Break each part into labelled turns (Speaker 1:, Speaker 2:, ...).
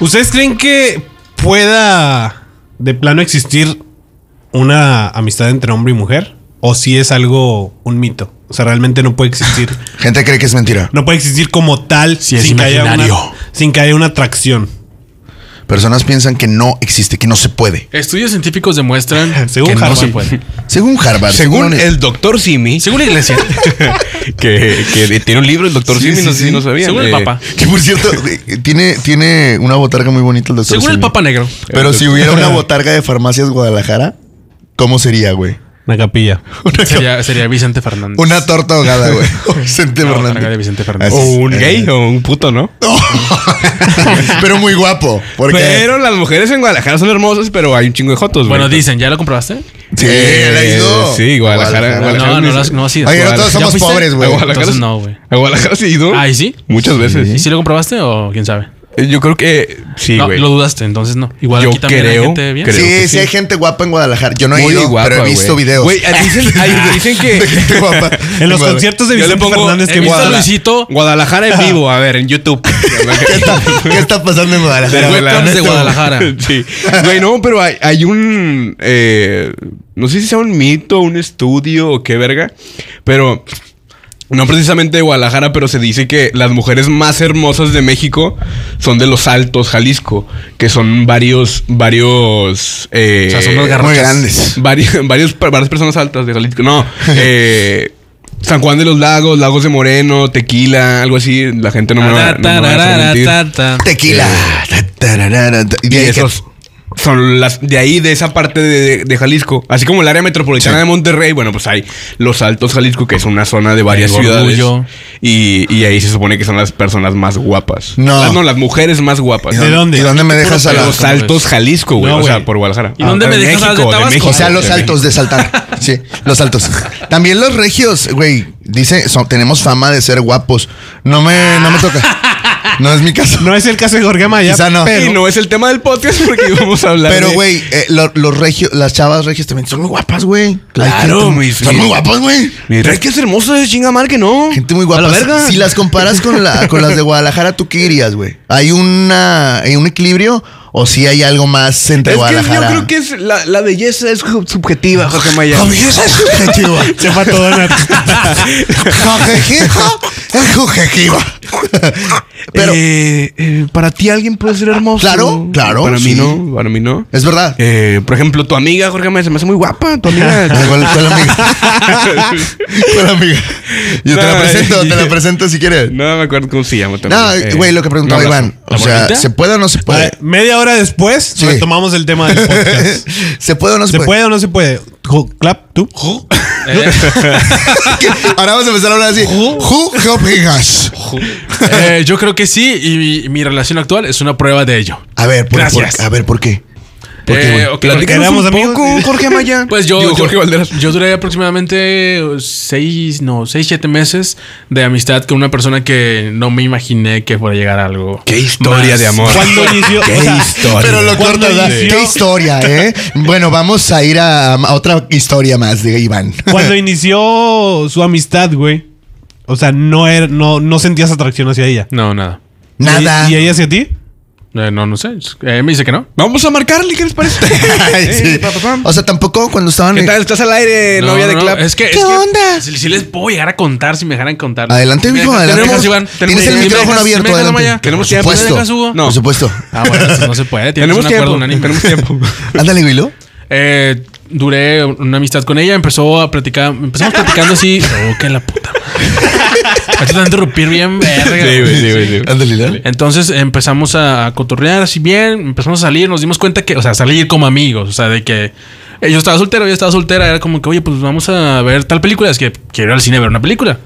Speaker 1: ¿Ustedes creen que pueda de plano existir una amistad entre hombre y mujer? ¿O si es algo, un mito? O sea, realmente no puede existir.
Speaker 2: Gente cree que es mentira.
Speaker 1: No puede existir como tal
Speaker 3: Si es
Speaker 1: sin, que haya una,
Speaker 3: imaginario.
Speaker 1: sin que haya una atracción.
Speaker 2: Personas piensan que no existe, que no se puede.
Speaker 4: Estudios científicos demuestran
Speaker 1: Según
Speaker 4: que no
Speaker 1: Harvard.
Speaker 4: se puede.
Speaker 2: Según Harvard.
Speaker 3: Según
Speaker 2: una-
Speaker 3: el doctor Simi,
Speaker 4: Según la iglesia.
Speaker 3: que, que tiene un libro el doctor
Speaker 2: Sí,
Speaker 3: Simi,
Speaker 2: sí,
Speaker 3: no sé si
Speaker 2: sí.
Speaker 3: no sabían.
Speaker 4: Según el
Speaker 3: eh,
Speaker 4: Papa.
Speaker 2: Que por cierto, tiene, tiene una botarga muy bonita el doctor.
Speaker 4: Según el
Speaker 2: Simi.
Speaker 4: Papa Negro.
Speaker 2: Pero si hubiera una botarga de farmacias Guadalajara, ¿cómo sería, güey?
Speaker 1: Una capilla.
Speaker 4: Sería, sería Vicente Fernández.
Speaker 2: Una torta ahogada, güey. O Vicente
Speaker 4: Una botarga
Speaker 2: Fernández.
Speaker 4: de Vicente Fernández.
Speaker 3: O un
Speaker 2: Eh,
Speaker 3: gay o un puto, ¿no?
Speaker 2: Pero muy guapo. Porque...
Speaker 3: Pero las mujeres en Guadalajara son hermosas, pero hay un chingo de jotos, güey.
Speaker 4: Bueno, dicen, ¿ya lo comprobaste?
Speaker 2: Sí, la hizo.
Speaker 3: Sí, Guadalajara.
Speaker 4: No,
Speaker 3: Guadalajara
Speaker 4: no,
Speaker 3: es-
Speaker 4: no, las- no ha sido.
Speaker 2: Oye,
Speaker 3: Guadalajara.
Speaker 2: nosotros
Speaker 3: ¿Ya
Speaker 2: somos
Speaker 3: fuiste?
Speaker 2: pobres, güey.
Speaker 3: A Guadalajara
Speaker 4: Entonces
Speaker 3: sí-
Speaker 4: no, güey.
Speaker 3: A Guadalajara sí he ido.
Speaker 4: Ah, ¿y sí?
Speaker 3: Muchas veces.
Speaker 4: ¿Y si lo comprobaste o quién sabe?
Speaker 3: Eh, Yo creo que sí,
Speaker 4: no,
Speaker 3: güey.
Speaker 4: lo dudaste, entonces no. Igual
Speaker 3: Yo
Speaker 4: aquí también hay
Speaker 3: creo-
Speaker 4: gente bien.
Speaker 3: creo
Speaker 2: sí,
Speaker 3: que
Speaker 2: sí,
Speaker 3: sí.
Speaker 2: hay gente guapa en Guadalajara. Yo no he
Speaker 3: Muy
Speaker 2: ido,
Speaker 3: guapa,
Speaker 2: pero he visto
Speaker 3: güey.
Speaker 2: videos.
Speaker 3: Güey, dicen, ay, dicen
Speaker 2: De
Speaker 3: que
Speaker 2: gente
Speaker 1: En
Speaker 2: guapa.
Speaker 1: los
Speaker 2: Guadalajara.
Speaker 1: conciertos de
Speaker 3: Yo le
Speaker 1: Vicente
Speaker 3: pongo-
Speaker 1: Fernández que
Speaker 4: He visto a
Speaker 1: Guadalajara-
Speaker 4: Luisito.
Speaker 3: Guadalajara en vivo, a ver, en YouTube.
Speaker 2: ¿Qué está, qué está pasando en Guadalajara?
Speaker 3: Pero,
Speaker 4: webcams de Guadalajara.
Speaker 3: sí. Güey, no, pero hay, hay un. eh, no sé si sea un mito, un estudio o qué verga. Pero. No precisamente de Guadalajara, pero se dice que las mujeres más hermosas de México son de los Altos, Jalisco, que son varios, varios, eh,
Speaker 4: O sea, son unas
Speaker 2: garrochas. Muy grandes.
Speaker 3: Varios, varios- varias personas altas de Jalisco. No, eh, San Juan de los Lagos, Lagos de Moreno, Tequila, algo así. La gente no me va, no me va a dejar mentir.
Speaker 2: Tequila. Tararara, ta-
Speaker 3: Eh. Y
Speaker 2: de ahí que-
Speaker 3: esos son las de ahí, de esa parte de, de- de Jalisco. Así como el área metropolitana
Speaker 2: Sí.
Speaker 3: de Monterrey, bueno, pues hay los Altos Jalisco, que es una zona de varias
Speaker 4: El
Speaker 3: ciudades.
Speaker 4: Orgullo.
Speaker 3: Y, y ahí se supone que son las personas más guapas.
Speaker 2: No.
Speaker 3: Las, no, las mujeres más guapas.
Speaker 1: ¿De dónde?
Speaker 2: ¿Y dónde me dejas a
Speaker 3: De
Speaker 2: la-
Speaker 3: los Altos Jalisco, güey.
Speaker 1: No,
Speaker 3: o sea,
Speaker 1: güey.
Speaker 3: por Guadalajara.
Speaker 4: ¿Y dónde
Speaker 3: Ah,
Speaker 4: me
Speaker 3: de
Speaker 4: dejas a las de
Speaker 3: México,
Speaker 4: Tabasco?
Speaker 3: México.
Speaker 2: O sea, los
Speaker 3: Ok.
Speaker 2: altos de saltar. Sí, los altos. También los regios, güey. Dice, son- tenemos fama de ser guapos. No me, no me toca. No es mi caso.
Speaker 1: No es el caso de Jorge Amaya.
Speaker 2: Quizá no.
Speaker 3: Y
Speaker 1: pero-
Speaker 3: no es el tema del podcast porque íbamos a hablar.
Speaker 2: Pero,
Speaker 3: de-
Speaker 2: güey, eh, lo- los regios, las chavas regios también son muy guapas, güey.
Speaker 3: Claro,
Speaker 2: Hay gente-
Speaker 3: mis-
Speaker 2: Son muy guapas, güey.
Speaker 3: Mi rey, que es hermoso, es chinga mal que no.
Speaker 2: Gente muy
Speaker 3: A
Speaker 2: guapa.
Speaker 3: la verga.
Speaker 2: Si las comparas con, la, con las de Guadalajara, ¿tú qué dirías, güey? ¿Hay una, hay un equilibrio o si hay algo más entre
Speaker 3: Es que yo
Speaker 2: Guadalajara?
Speaker 3: creo que es la, la belleza es sub- subjetiva, Jorge Maya.
Speaker 2: Comienza el subjetivo.
Speaker 1: Chepa todo en la-
Speaker 2: Cojejiva, es cojejiva. Pero
Speaker 3: Eh, eh, para ti alguien puede ser hermoso.
Speaker 2: Claro, claro,
Speaker 3: Para
Speaker 2: sí.
Speaker 3: mí no, para mí no.
Speaker 2: es verdad.
Speaker 3: Eh, por ejemplo, tu amiga, Jorge, me- se me hace muy guapa. Tu
Speaker 2: Ah,
Speaker 3: amiga.
Speaker 2: ¿Cuál, cuál amiga? ¿Cuál amiga? Yo te la
Speaker 3: No,
Speaker 2: presento,
Speaker 3: eh,
Speaker 2: te la presento si quieres.
Speaker 3: no me acuerdo cómo se llama. también.
Speaker 2: No,
Speaker 3: Eh,
Speaker 2: güey, lo que preguntaba
Speaker 3: no, la-
Speaker 2: Iván.
Speaker 3: la
Speaker 2: O sea,
Speaker 3: bonita.
Speaker 2: ¿se puede o no se puede?
Speaker 1: Vale, media hora después
Speaker 2: Sí.
Speaker 1: retomamos el tema del podcast.
Speaker 2: ¿Se puede o no se,
Speaker 1: ¿Se puede o no se puede? Jo- Clap, tú. Jo.
Speaker 4: Eh,
Speaker 2: ¿Qué? Ahora vamos a empezar a hablar así. Who help us?
Speaker 4: Eh, yo creo que sí, y mi, mi relación actual es una prueba de ello.
Speaker 2: A ver, por,
Speaker 4: Gracias.
Speaker 2: por- a ver, ¿por qué? ¿Por
Speaker 4: Eh,
Speaker 2: qué, güey?
Speaker 4: ok,
Speaker 3: Platícanos
Speaker 1: Éramos
Speaker 3: un
Speaker 1: amigos.
Speaker 3: poco, Jorge Amaya.
Speaker 4: Pues yo,
Speaker 3: Digo,
Speaker 4: yo-
Speaker 3: Jorge Valderas.
Speaker 4: yo duré aproximadamente seis, no, seis, siete meses de amistad con una persona que no me imaginé que fuera a llegar a algo.
Speaker 3: Qué historia
Speaker 4: más.
Speaker 3: de amor.
Speaker 1: Cuando inició.
Speaker 3: Qué
Speaker 1: o sea,
Speaker 3: historia.
Speaker 2: Pero lo
Speaker 1: ¿Cuándo
Speaker 2: cortas, ¿verdad?
Speaker 1: inició?
Speaker 2: Qué historia, ¿eh? Bueno, vamos a ir a, a otra historia más de Iván.
Speaker 1: Cuando inició su amistad, güey. O sea, no, era, no, no sentías atracción hacia ella.
Speaker 4: No, nada.
Speaker 2: Nada.
Speaker 1: ¿Y, y ella hacia ti?
Speaker 4: Eh, no, no sé. Eh, me dice que no.
Speaker 3: Vamos a marcarle, ¿qué les parece?
Speaker 2: Ay, sí.
Speaker 3: Eh, pa, pa, pam.
Speaker 2: O sea, tampoco cuando estaban.
Speaker 3: ¿Qué tal? Estás al aire, Eh, novia de Clap.
Speaker 4: Es que, es
Speaker 2: ¿Qué
Speaker 4: que
Speaker 2: onda?
Speaker 4: Si, si les puedo llegar a contar, si me dejaran contar.
Speaker 2: Adelante,
Speaker 4: Si me
Speaker 2: mijo,
Speaker 4: dejas-
Speaker 2: adelante.
Speaker 4: Tenemos, Iván.
Speaker 2: Tienes el
Speaker 4: ¿Me
Speaker 2: micrófono
Speaker 4: dejas-
Speaker 2: abierto,
Speaker 4: me dejas,
Speaker 2: adelante.
Speaker 4: Amaya? Tenemos
Speaker 2: Por
Speaker 4: tiempo. ¿Me
Speaker 2: supuesto.
Speaker 4: dejas, Hugo?
Speaker 2: Por supuesto.
Speaker 4: Ah, bueno, entonces no se puede. Tienes
Speaker 3: Tenemos
Speaker 4: un acuerdo
Speaker 3: tiempo.
Speaker 4: unánime.
Speaker 3: Tenemos tiempo.
Speaker 2: Ándale, Willow.
Speaker 4: Eh, duré una amistad con ella, empezó a platicar, empezamos platicando así. Oh, qué la puta. Me tratan de interrumpir bien, verga.
Speaker 3: Sí, güey, sí, güey, sí.
Speaker 2: Ándale, dale.
Speaker 4: Entonces empezamos a cotorrear así bien, empezamos a salir, nos dimos cuenta que, o sea, salir como amigos, o sea, de que eh, yo estaba soltero, ella estaba soltera, era como que, oye, pues vamos a ver tal película, es que quiero ir al cine a ver una película.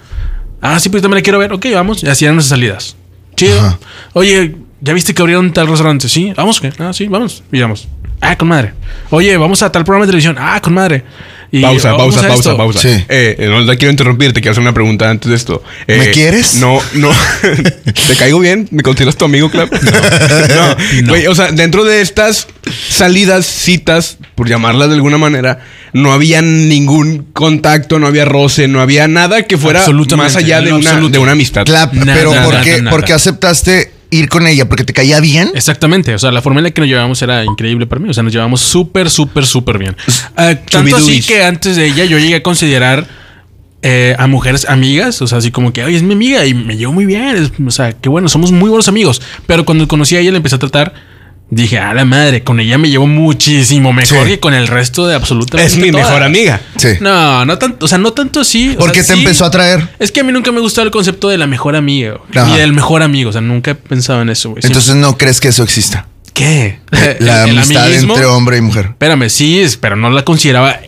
Speaker 4: Ah, sí, pues también la quiero ver, ok, vamos, y así eran nuestras salidas. Chido.
Speaker 2: Ajá.
Speaker 4: Oye, ¿ya viste que abrieron tal restaurante? Sí, vamos, ¿qué? Ah, sí, vamos, y vamos. Ah, con madre. Oye, vamos a tal programa de televisión. Ah, con madre. Y,
Speaker 3: pausa,
Speaker 4: oh,
Speaker 3: pausa,
Speaker 4: usa
Speaker 3: pausa,
Speaker 4: esto.
Speaker 3: pausa.
Speaker 2: Sí.
Speaker 3: Eh, eh, no te quiero interrumpir, te quiero hacer una pregunta antes de esto. Eh,
Speaker 2: ¿Me quieres?
Speaker 3: No, no. ¿Te caigo bien? ¿Me consideras tu amigo, Clap? No. Güey, o sea, dentro de estas salidas, citas, por llamarlas de alguna manera, no había ningún contacto, no había roce, no había nada que fuera
Speaker 4: Absolutamente,
Speaker 3: más allá
Speaker 4: en
Speaker 3: de
Speaker 4: lo
Speaker 3: una,
Speaker 4: absoluto.
Speaker 3: de una amistad.
Speaker 2: Clap,
Speaker 4: Nada,
Speaker 2: pero
Speaker 4: nada,
Speaker 2: ¿por, qué,
Speaker 4: nada.
Speaker 2: por qué aceptaste ir con ella? ¿Porque te caía bien?
Speaker 4: Exactamente, o sea, la forma en la que nos llevábamos era increíble para mí, o sea, nos llevábamos súper, súper, súper bien. Ah, tanto así
Speaker 3: Chubidubis.
Speaker 4: que antes de ella yo llegué a considerar eh, a mujeres amigas, o sea, así como que, oye, es mi amiga y me llevo muy bien, es- o sea, qué bueno, somos muy buenos amigos, pero cuando conocí a ella y la empecé a tratar, dije, a la madre, con ella me llevo muchísimo mejor
Speaker 2: Sí.
Speaker 4: que con el resto de absolutamente
Speaker 3: Es mi
Speaker 4: todas".
Speaker 3: mejor amiga.
Speaker 2: Sí.
Speaker 4: No, no tanto, o sea, no tanto sí. o
Speaker 2: ¿Por qué
Speaker 4: sea,
Speaker 2: te
Speaker 4: sí.
Speaker 2: empezó a traer?
Speaker 4: Es que a mí nunca me gustó el concepto de la mejor amiga güey,
Speaker 2: Ajá.
Speaker 4: y del mejor amigo, o sea, nunca he pensado en eso, güey. Siempre-
Speaker 2: Entonces no crees que eso exista.
Speaker 4: ¿Qué?
Speaker 2: La
Speaker 4: Eh, El- el
Speaker 2: amistad
Speaker 4: amiguismo.
Speaker 2: entre hombre y mujer.
Speaker 4: Espérame, sí, es- pero no la consideraba.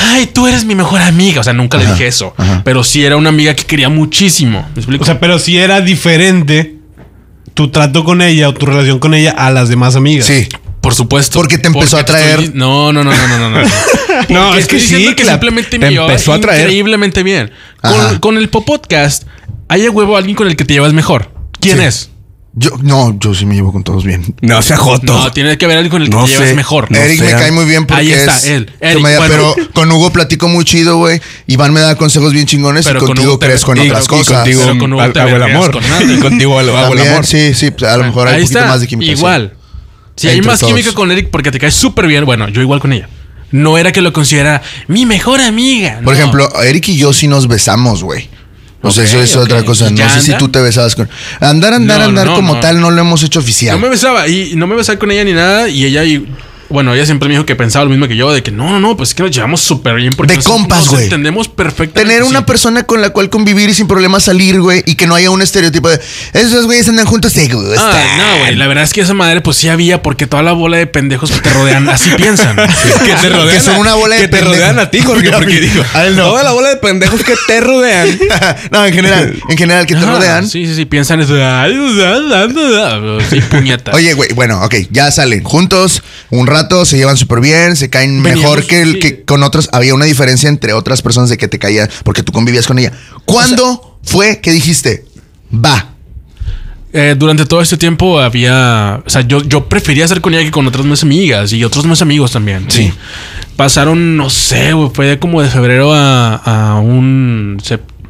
Speaker 4: Ay, tú eres mi mejor amiga. O sea, nunca le dije eso.
Speaker 2: ajá.
Speaker 4: Pero sí era una amiga que quería muchísimo. ¿Me explico?
Speaker 1: O sea, pero si era diferente tu trato con ella o tu relación con ella a las demás amigas.
Speaker 2: Sí.
Speaker 4: por supuesto.
Speaker 2: porque te empezó a
Speaker 4: estoy
Speaker 2: traer-
Speaker 4: di- No, no, no, no, no, no. no.
Speaker 3: No,
Speaker 4: Porque
Speaker 3: es que
Speaker 4: estoy diciendo
Speaker 3: sí,
Speaker 4: que
Speaker 3: Clap,
Speaker 4: simplemente
Speaker 3: te
Speaker 4: me llevaba
Speaker 3: empezó a traer.
Speaker 4: increíblemente bien.
Speaker 2: Ajá.
Speaker 4: Con, con el podcast, hay a huevo alguien con el que te llevas mejor. ¿Quién
Speaker 2: Sí.
Speaker 4: es?
Speaker 2: Yo, no, yo sí me llevo con todos bien.
Speaker 3: No sea joto.
Speaker 4: No, tiene que haber alguien con el que
Speaker 3: No
Speaker 4: te llevas
Speaker 3: sé.
Speaker 4: mejor.
Speaker 3: No
Speaker 2: Eric
Speaker 3: sé.
Speaker 2: me cae muy bien porque
Speaker 4: Ahí está,
Speaker 2: es
Speaker 4: él.
Speaker 2: tu
Speaker 4: Eric,
Speaker 2: media-
Speaker 4: bueno.
Speaker 2: pero con Hugo platico muy chido, güey. Iván me da consejos bien chingones
Speaker 4: Pero
Speaker 2: y
Speaker 4: con
Speaker 2: contigo
Speaker 4: Hugo te-
Speaker 2: crees con
Speaker 4: y-
Speaker 2: otras
Speaker 4: y
Speaker 2: cosas.
Speaker 3: Contigo
Speaker 4: Pero con Hugo
Speaker 3: hago
Speaker 4: te
Speaker 3: el
Speaker 4: vergueas
Speaker 3: amor.
Speaker 4: con nadie.
Speaker 3: Y contigo hago hago el
Speaker 2: También,
Speaker 3: amor.
Speaker 2: Sí, sí, pues, a lo mejor hay
Speaker 4: Ahí
Speaker 2: un poquito
Speaker 4: está.
Speaker 2: más de química. sí.
Speaker 4: Igual. Si hay
Speaker 2: Entre
Speaker 4: más
Speaker 2: todos.
Speaker 4: química con Eric porque te caes súper bien, bueno, yo igual con ella. No era que lo considerara mi mejor amiga.
Speaker 2: Por
Speaker 4: no.
Speaker 2: ejemplo, Eric y yo sí nos besamos, güey. O sea,
Speaker 4: Ok,
Speaker 2: eso es
Speaker 4: ok.
Speaker 2: otra cosa.
Speaker 4: ¿Y
Speaker 2: No
Speaker 4: ya
Speaker 2: sé si
Speaker 4: andan?
Speaker 2: tú te besabas con. Andar, andar,
Speaker 4: No,
Speaker 2: andar
Speaker 4: no,
Speaker 2: como
Speaker 4: no.
Speaker 2: tal no lo hemos hecho oficial.
Speaker 4: No me besaba y no me besaba con ella ni nada. Y ella, y, bueno, ella siempre me dijo que pensaba lo mismo que yo, de que no, no, no, pues es que nos llevamos súper bien. Porque
Speaker 2: De
Speaker 4: nos-
Speaker 2: compas,
Speaker 4: nos
Speaker 2: güey.
Speaker 4: entendemos perfectamente.
Speaker 2: Tener una
Speaker 4: siempre.
Speaker 2: persona con la cual convivir y sin problemas salir, güey, y que no haya un estereotipo de esos güeyes andan juntos, seguro.
Speaker 4: Ah,
Speaker 2: están".
Speaker 4: no, güey. La verdad es que esa madre, pues sí había, porque toda la bola de pendejos que te rodean así piensan.
Speaker 3: que te rodean.
Speaker 2: Que son
Speaker 3: a-
Speaker 2: una bola de
Speaker 3: Que te
Speaker 2: pendejos.
Speaker 3: rodean a ti, Jorge. Porque digo,
Speaker 2: A él no.
Speaker 3: toda la bola de pendejos que te rodean.
Speaker 2: no, en general, en general, que te
Speaker 4: Ajá,
Speaker 2: rodean.
Speaker 4: Sí, sí, sí. Piensan eso. "Ay, da, da, da, da", Sí, puñeta.
Speaker 2: Oye, güey, bueno, ok, ya salen juntos un rato, se llevan súper bien, se caen
Speaker 4: Veníamos,
Speaker 2: mejor que, el,
Speaker 4: sí.
Speaker 2: que con otros. Había una diferencia entre otras personas de que te caía porque tú convivías con ella. ¿Cuándo fue que dijiste, va?
Speaker 4: Eh, durante todo este tiempo había. O sea, yo, yo prefería hacer con ella que con otras más amigas y otros más amigos también. Sí. Pasaron, no sé, güey, fue como de febrero a, a un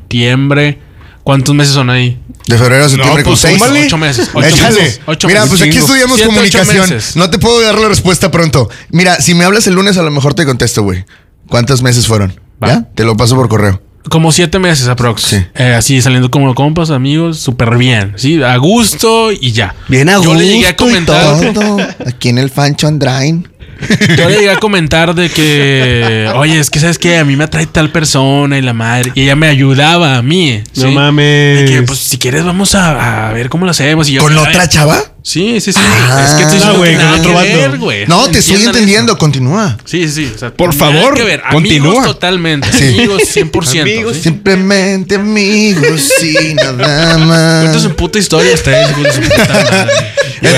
Speaker 4: septiembre. ¿Cuántos meses son ahí?
Speaker 2: De febrero a septiembre
Speaker 3: pues,
Speaker 2: con seis.
Speaker 3: súmale.
Speaker 4: Ocho meses. Ocho
Speaker 2: Échale.
Speaker 4: meses. Ocho
Speaker 2: Mira,
Speaker 4: meses.
Speaker 2: pues aquí
Speaker 4: Chingo.
Speaker 2: estudiamos
Speaker 4: Siete, ocho
Speaker 2: comunicación.
Speaker 4: meses.
Speaker 2: No te puedo dar la respuesta pronto. Mira, si me hablas el lunes, a lo mejor te contesto, güey. ¿Cuántos meses fueron?
Speaker 4: Va.
Speaker 2: ¿Ya? Te lo paso por correo.
Speaker 4: Como siete meses aprox.
Speaker 2: Sí.
Speaker 4: Eh, así saliendo como compas, amigos, súper bien. Sí, a gusto y ya. Yo le llegué a comentar.
Speaker 2: todo. Aquí en el Fancho Andrain.
Speaker 4: Yo le llegué a comentar de que, oye, es que sabes que a mí me atrae tal persona y la madre. Y ella me ayudaba a mí. ¿sí?
Speaker 1: No mames.
Speaker 4: De que, pues, si quieres, vamos a, a ver cómo lo hacemos. Y yo,
Speaker 2: ¿Con
Speaker 4: "Ay,
Speaker 2: otra chava?
Speaker 4: Sí, sí, sí.
Speaker 2: Ah.
Speaker 4: es que estoy diciendo
Speaker 1: No, güey,
Speaker 4: que
Speaker 1: con
Speaker 4: nada
Speaker 1: otro
Speaker 4: que
Speaker 1: vato.
Speaker 4: ver, güey.
Speaker 2: No, te estoy
Speaker 4: Entiendan
Speaker 2: entendido.
Speaker 4: eso.
Speaker 2: continúa.
Speaker 4: Sí, sí. o sea,
Speaker 3: Por
Speaker 4: nada
Speaker 3: favor,
Speaker 4: que ver.
Speaker 3: continúa.
Speaker 4: Amigos totalmente.
Speaker 2: Sí.
Speaker 4: Amigos 100%.
Speaker 3: Amigos
Speaker 4: ¿sí?
Speaker 2: Simplemente amigos y nada más.
Speaker 4: Cuenta su puta historia hasta ahí, hijo de su puta madre.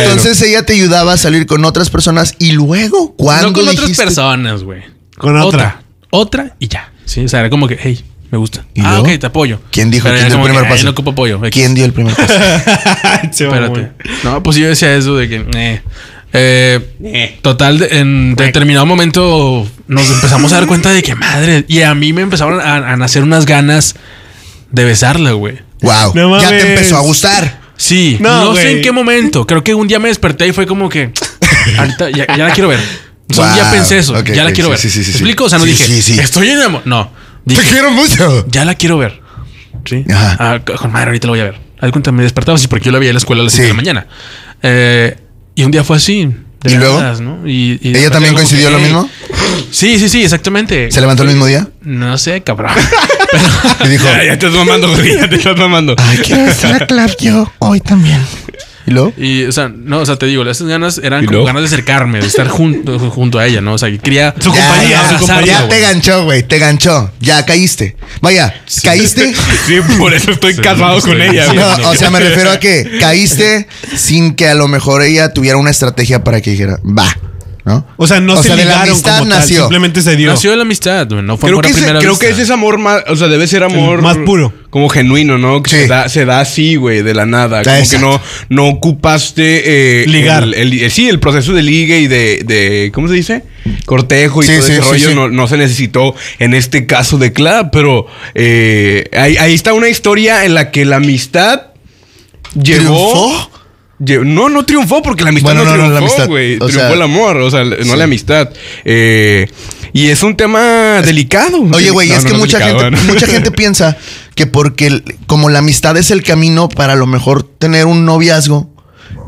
Speaker 2: Entonces ella te ayudaba a salir con otras personas y luego cuando
Speaker 4: No con otras
Speaker 2: dijiste?
Speaker 4: personas, güey.
Speaker 1: Con otra.
Speaker 4: Otra, y ya. Sí, o sea, era como que, hey, me gusta.
Speaker 2: ¿Y
Speaker 4: ah,
Speaker 2: luego?
Speaker 4: ok, te apoyo.
Speaker 2: ¿Quién dijo
Speaker 4: Pero
Speaker 2: quién dio el
Speaker 4: era como
Speaker 2: primer
Speaker 4: que, "Ay,
Speaker 2: paso?
Speaker 4: No ocupo apoyo. X".
Speaker 2: ¿Quién dio el primer paso?
Speaker 1: Che,
Speaker 4: Espérate.
Speaker 1: mamón.
Speaker 4: No, pues yo decía eso de que. eh. Eh, total, de- en determinado momento nos empezamos a dar cuenta de que madre. Y a mí me empezaron a, a nacer unas ganas de besarla, güey.
Speaker 2: Wow.
Speaker 1: No
Speaker 2: ya te
Speaker 1: mames.
Speaker 2: empezó a gustar.
Speaker 4: Sí,
Speaker 1: No,
Speaker 4: no, sé
Speaker 1: güey.
Speaker 4: en qué momento. Creo que un día me desperté y fue como que. ahorita ya, ya la quiero ver. O sea, un día
Speaker 2: Wow.
Speaker 4: pensé eso.
Speaker 2: Ok,
Speaker 4: ya la
Speaker 2: ok,
Speaker 4: quiero
Speaker 2: sí,
Speaker 4: ver.
Speaker 2: sí, sí, sí,
Speaker 4: ¿Te
Speaker 2: sí.
Speaker 4: explico? O sea, no
Speaker 2: Sí,
Speaker 4: dije.
Speaker 2: sí, sí.
Speaker 4: Estoy enamorado. No. Dije,
Speaker 2: Te quiero mucho.
Speaker 4: ya la quiero ver. Sí.
Speaker 2: Ajá.
Speaker 4: Ah, con madre, ahorita la voy a ver. Haz cuenta, me despertaba así porque yo la veía en la escuela a las
Speaker 2: Sí.
Speaker 4: 7 de la mañana. Eh, y un día fue así. de
Speaker 2: ¿Y luego?
Speaker 4: ¿no? Y- y
Speaker 2: ¿Ella
Speaker 4: fue
Speaker 2: también
Speaker 4: como
Speaker 2: coincidió
Speaker 4: que,
Speaker 2: lo
Speaker 4: "Ey".
Speaker 2: mismo?
Speaker 4: Sí, sí, sí, exactamente.
Speaker 2: ¿Se levantó el mismo día?
Speaker 4: No sé, cabrón.
Speaker 2: Y dijo,
Speaker 3: Ya, ya te estás mamando, güey. Ya te estás mamando.
Speaker 2: ay, quiero hacer la clap yo hoy también. ¿Y luego?
Speaker 4: Y, o sea, no, o sea, te digo, esas ganas eran
Speaker 3: ¿Y
Speaker 4: como
Speaker 3: luego?
Speaker 4: ganas de acercarme, de estar junto, junto a ella, ¿no? O sea, que quería
Speaker 1: Su
Speaker 2: Ya,
Speaker 1: compañía,
Speaker 2: ya,
Speaker 1: su compañía.
Speaker 2: ya te ganchó, güey, te ganchó. Ya caíste. Vaya, caíste.
Speaker 3: Sí, por eso estoy
Speaker 4: Sí,
Speaker 3: casado
Speaker 4: estoy
Speaker 3: con ella.
Speaker 4: casado.
Speaker 3: güey.
Speaker 2: No, o sea, me refiero a que caíste sin que a lo mejor ella tuviera una estrategia para que dijera, va, ¿no?
Speaker 1: O sea, no se
Speaker 2: de la
Speaker 1: ligaron
Speaker 2: amistad
Speaker 1: como tal,
Speaker 2: nació.
Speaker 1: simplemente se dio.
Speaker 4: Nació de la amistad, güey. No fue
Speaker 3: Creo,
Speaker 4: por
Speaker 3: que
Speaker 4: la
Speaker 3: ese,
Speaker 4: primera
Speaker 3: creo
Speaker 4: vista.
Speaker 3: que ese es amor más, o sea, debe ser amor
Speaker 1: El más puro.
Speaker 3: Como genuino, ¿no? Que
Speaker 2: Sí.
Speaker 3: se, da, se da así, güey, de la nada. Como
Speaker 2: Exacto.
Speaker 3: que no, no ocupaste eh,
Speaker 1: Ligar.
Speaker 3: El, el- el- sí, el proceso de ligue y de, de- ¿cómo se dice? Cortejo y
Speaker 2: Sí,
Speaker 3: todo
Speaker 2: sí,
Speaker 3: ese
Speaker 2: sí,
Speaker 3: rollo.
Speaker 2: sí.
Speaker 3: No, no se necesitó en este caso de Club, pero eh, ahí, ahí está una historia en la que la amistad llegó.
Speaker 2: ¿Triunfó?
Speaker 3: Lle- No, no triunfó porque la amistad
Speaker 2: Bueno,
Speaker 3: no,
Speaker 2: no, no, la
Speaker 3: triunfó,
Speaker 2: amistad.
Speaker 3: güey.
Speaker 2: O
Speaker 3: Triunfó
Speaker 2: sea,
Speaker 3: el amor, o sea, no
Speaker 2: sí.
Speaker 3: la amistad. Eh, y es un tema delicado.
Speaker 2: Oye, güey,
Speaker 3: No,
Speaker 2: es
Speaker 3: no,
Speaker 2: que
Speaker 3: no
Speaker 2: mucha
Speaker 3: delicado,
Speaker 2: gente,
Speaker 3: ¿no?
Speaker 2: mucha gente piensa que porque el- como la amistad es el camino para a lo mejor tener un noviazgo,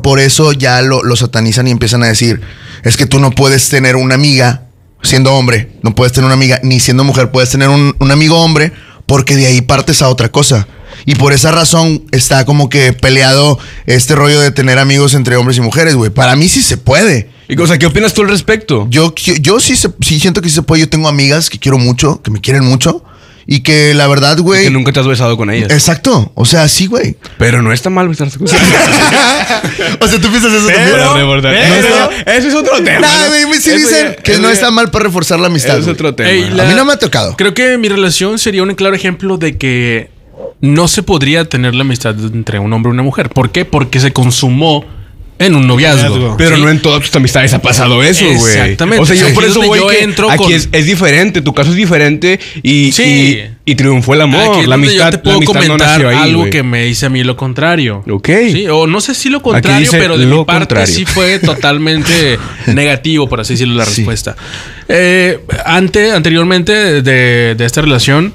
Speaker 2: por eso ya lo, lo satanizan y empiezan a decir, es que tú no puedes tener una amiga siendo hombre, no puedes tener una amiga, ni siendo mujer, puedes tener un, un amigo hombre, porque de ahí partes a otra cosa. Y por esa razón está como que peleado este rollo de tener amigos entre hombres y mujeres, güey. Para mí sí se puede.
Speaker 3: Y, o sea, ¿qué opinas tú al respecto?
Speaker 2: Yo, qui- yo sí, se- sí siento que sí se puede. Yo tengo amigas que quiero mucho, que me quieren mucho. Y que la verdad, güey.
Speaker 3: que nunca te has besado con ellas.
Speaker 2: Exacto. O sea, sí, güey.
Speaker 3: Pero no está mal besarse con ellas.
Speaker 2: o sea, tú piensas eso
Speaker 3: Para
Speaker 2: también.
Speaker 3: reforzar.
Speaker 1: pero-
Speaker 3: No está- Ese es otro tema.
Speaker 2: Nah,
Speaker 3: ¿no?
Speaker 2: güey, güey, sí
Speaker 3: Eso
Speaker 2: dicen
Speaker 3: ya-
Speaker 2: que
Speaker 3: eso
Speaker 2: no
Speaker 3: ya-
Speaker 2: está mal para reforzar la amistad.
Speaker 3: Es
Speaker 2: güey.
Speaker 3: otro tema.
Speaker 4: Ey,
Speaker 2: A mí no me ha tocado.
Speaker 4: Creo que mi relación sería un claro ejemplo de que no se podría tener la amistad entre un hombre y una mujer. ¿Por qué? Porque se consumó en un noviazgo.
Speaker 1: Noviazgo.
Speaker 3: Pero
Speaker 4: Sí.
Speaker 3: no en todas tus amistades ha pasado eso, güey.
Speaker 4: Exactamente.
Speaker 3: O sea, yo
Speaker 4: Sí.
Speaker 3: por
Speaker 4: Ahí
Speaker 3: eso
Speaker 4: es donde
Speaker 3: voy
Speaker 4: yo
Speaker 3: que
Speaker 4: entro
Speaker 3: aquí
Speaker 4: con-
Speaker 3: es, es diferente. Tu caso es diferente y,
Speaker 4: Sí.
Speaker 3: y, y triunfó el amor.
Speaker 4: Aquí es
Speaker 3: la
Speaker 4: donde
Speaker 3: amistad,
Speaker 4: yo te puedo
Speaker 3: la amistad no
Speaker 4: comentar
Speaker 3: nació ahí,
Speaker 4: algo
Speaker 3: güey.
Speaker 4: que me dice a mí lo contrario.
Speaker 3: Ok.
Speaker 4: Sí, o no sé si lo contrario,
Speaker 3: dice
Speaker 4: pero de
Speaker 3: lo
Speaker 4: mi parte
Speaker 3: contrario.
Speaker 4: sí fue totalmente negativo, por así decirlo, la
Speaker 2: Sí.
Speaker 4: respuesta. Eh, ante, anteriormente de, de esta relación,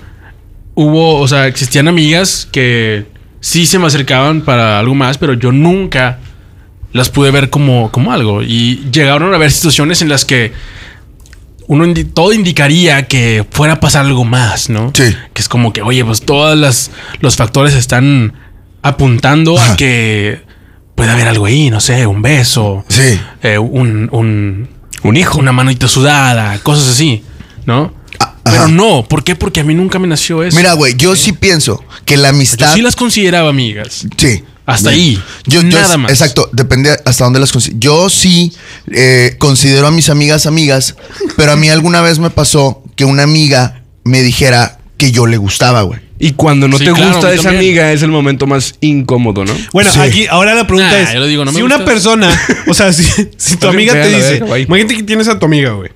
Speaker 4: hubo, o sea, existían amigas que sí se me acercaban para algo más, pero yo nunca las pude ver como, como algo. Y llegaron a ver situaciones en las que uno indi- todo indicaría que fuera a pasar algo más, ¿no?
Speaker 2: Sí.
Speaker 4: Que es como que, oye, pues todas las los factores están apuntando a
Speaker 2: Ajá.
Speaker 4: que puede haber algo ahí, no sé, un beso,
Speaker 2: Sí.
Speaker 4: eh, un, un,
Speaker 3: Un hijo.
Speaker 4: una manita sudada, cosas así, ¿no?
Speaker 2: Ah,
Speaker 4: Pero
Speaker 2: ajá.
Speaker 4: no, ¿por qué? Porque a mí nunca me nació eso.
Speaker 2: Mira, güey, yo sí pienso que la
Speaker 4: yo
Speaker 2: amistad.
Speaker 4: sí las consideraba amigas.
Speaker 2: Sí.
Speaker 4: Hasta
Speaker 2: Bien.
Speaker 4: ahí.
Speaker 2: Yo, yo-
Speaker 4: Nada más.
Speaker 2: Exacto. Depende hasta dónde las considero. Yo sí eh, considero a mis amigas amigas, pero a mí alguna vez me pasó que una amiga me dijera que yo le gustaba, güey.
Speaker 3: Y cuando no
Speaker 4: Sí,
Speaker 3: te
Speaker 4: claro,
Speaker 3: gusta
Speaker 4: a mí
Speaker 3: esa
Speaker 4: también.
Speaker 3: amiga es el momento más incómodo, ¿no?
Speaker 1: Bueno,
Speaker 2: Sí.
Speaker 1: aquí ahora la pregunta
Speaker 4: Nah,
Speaker 1: es:
Speaker 4: yo lo digo, no me
Speaker 1: si una
Speaker 4: gusta.
Speaker 1: persona, o sea, si, si tu
Speaker 3: Oye,
Speaker 1: amiga te
Speaker 3: pégala,
Speaker 1: dice,
Speaker 3: verga, güey.
Speaker 1: imagínate que tienes a tu amiga, güey.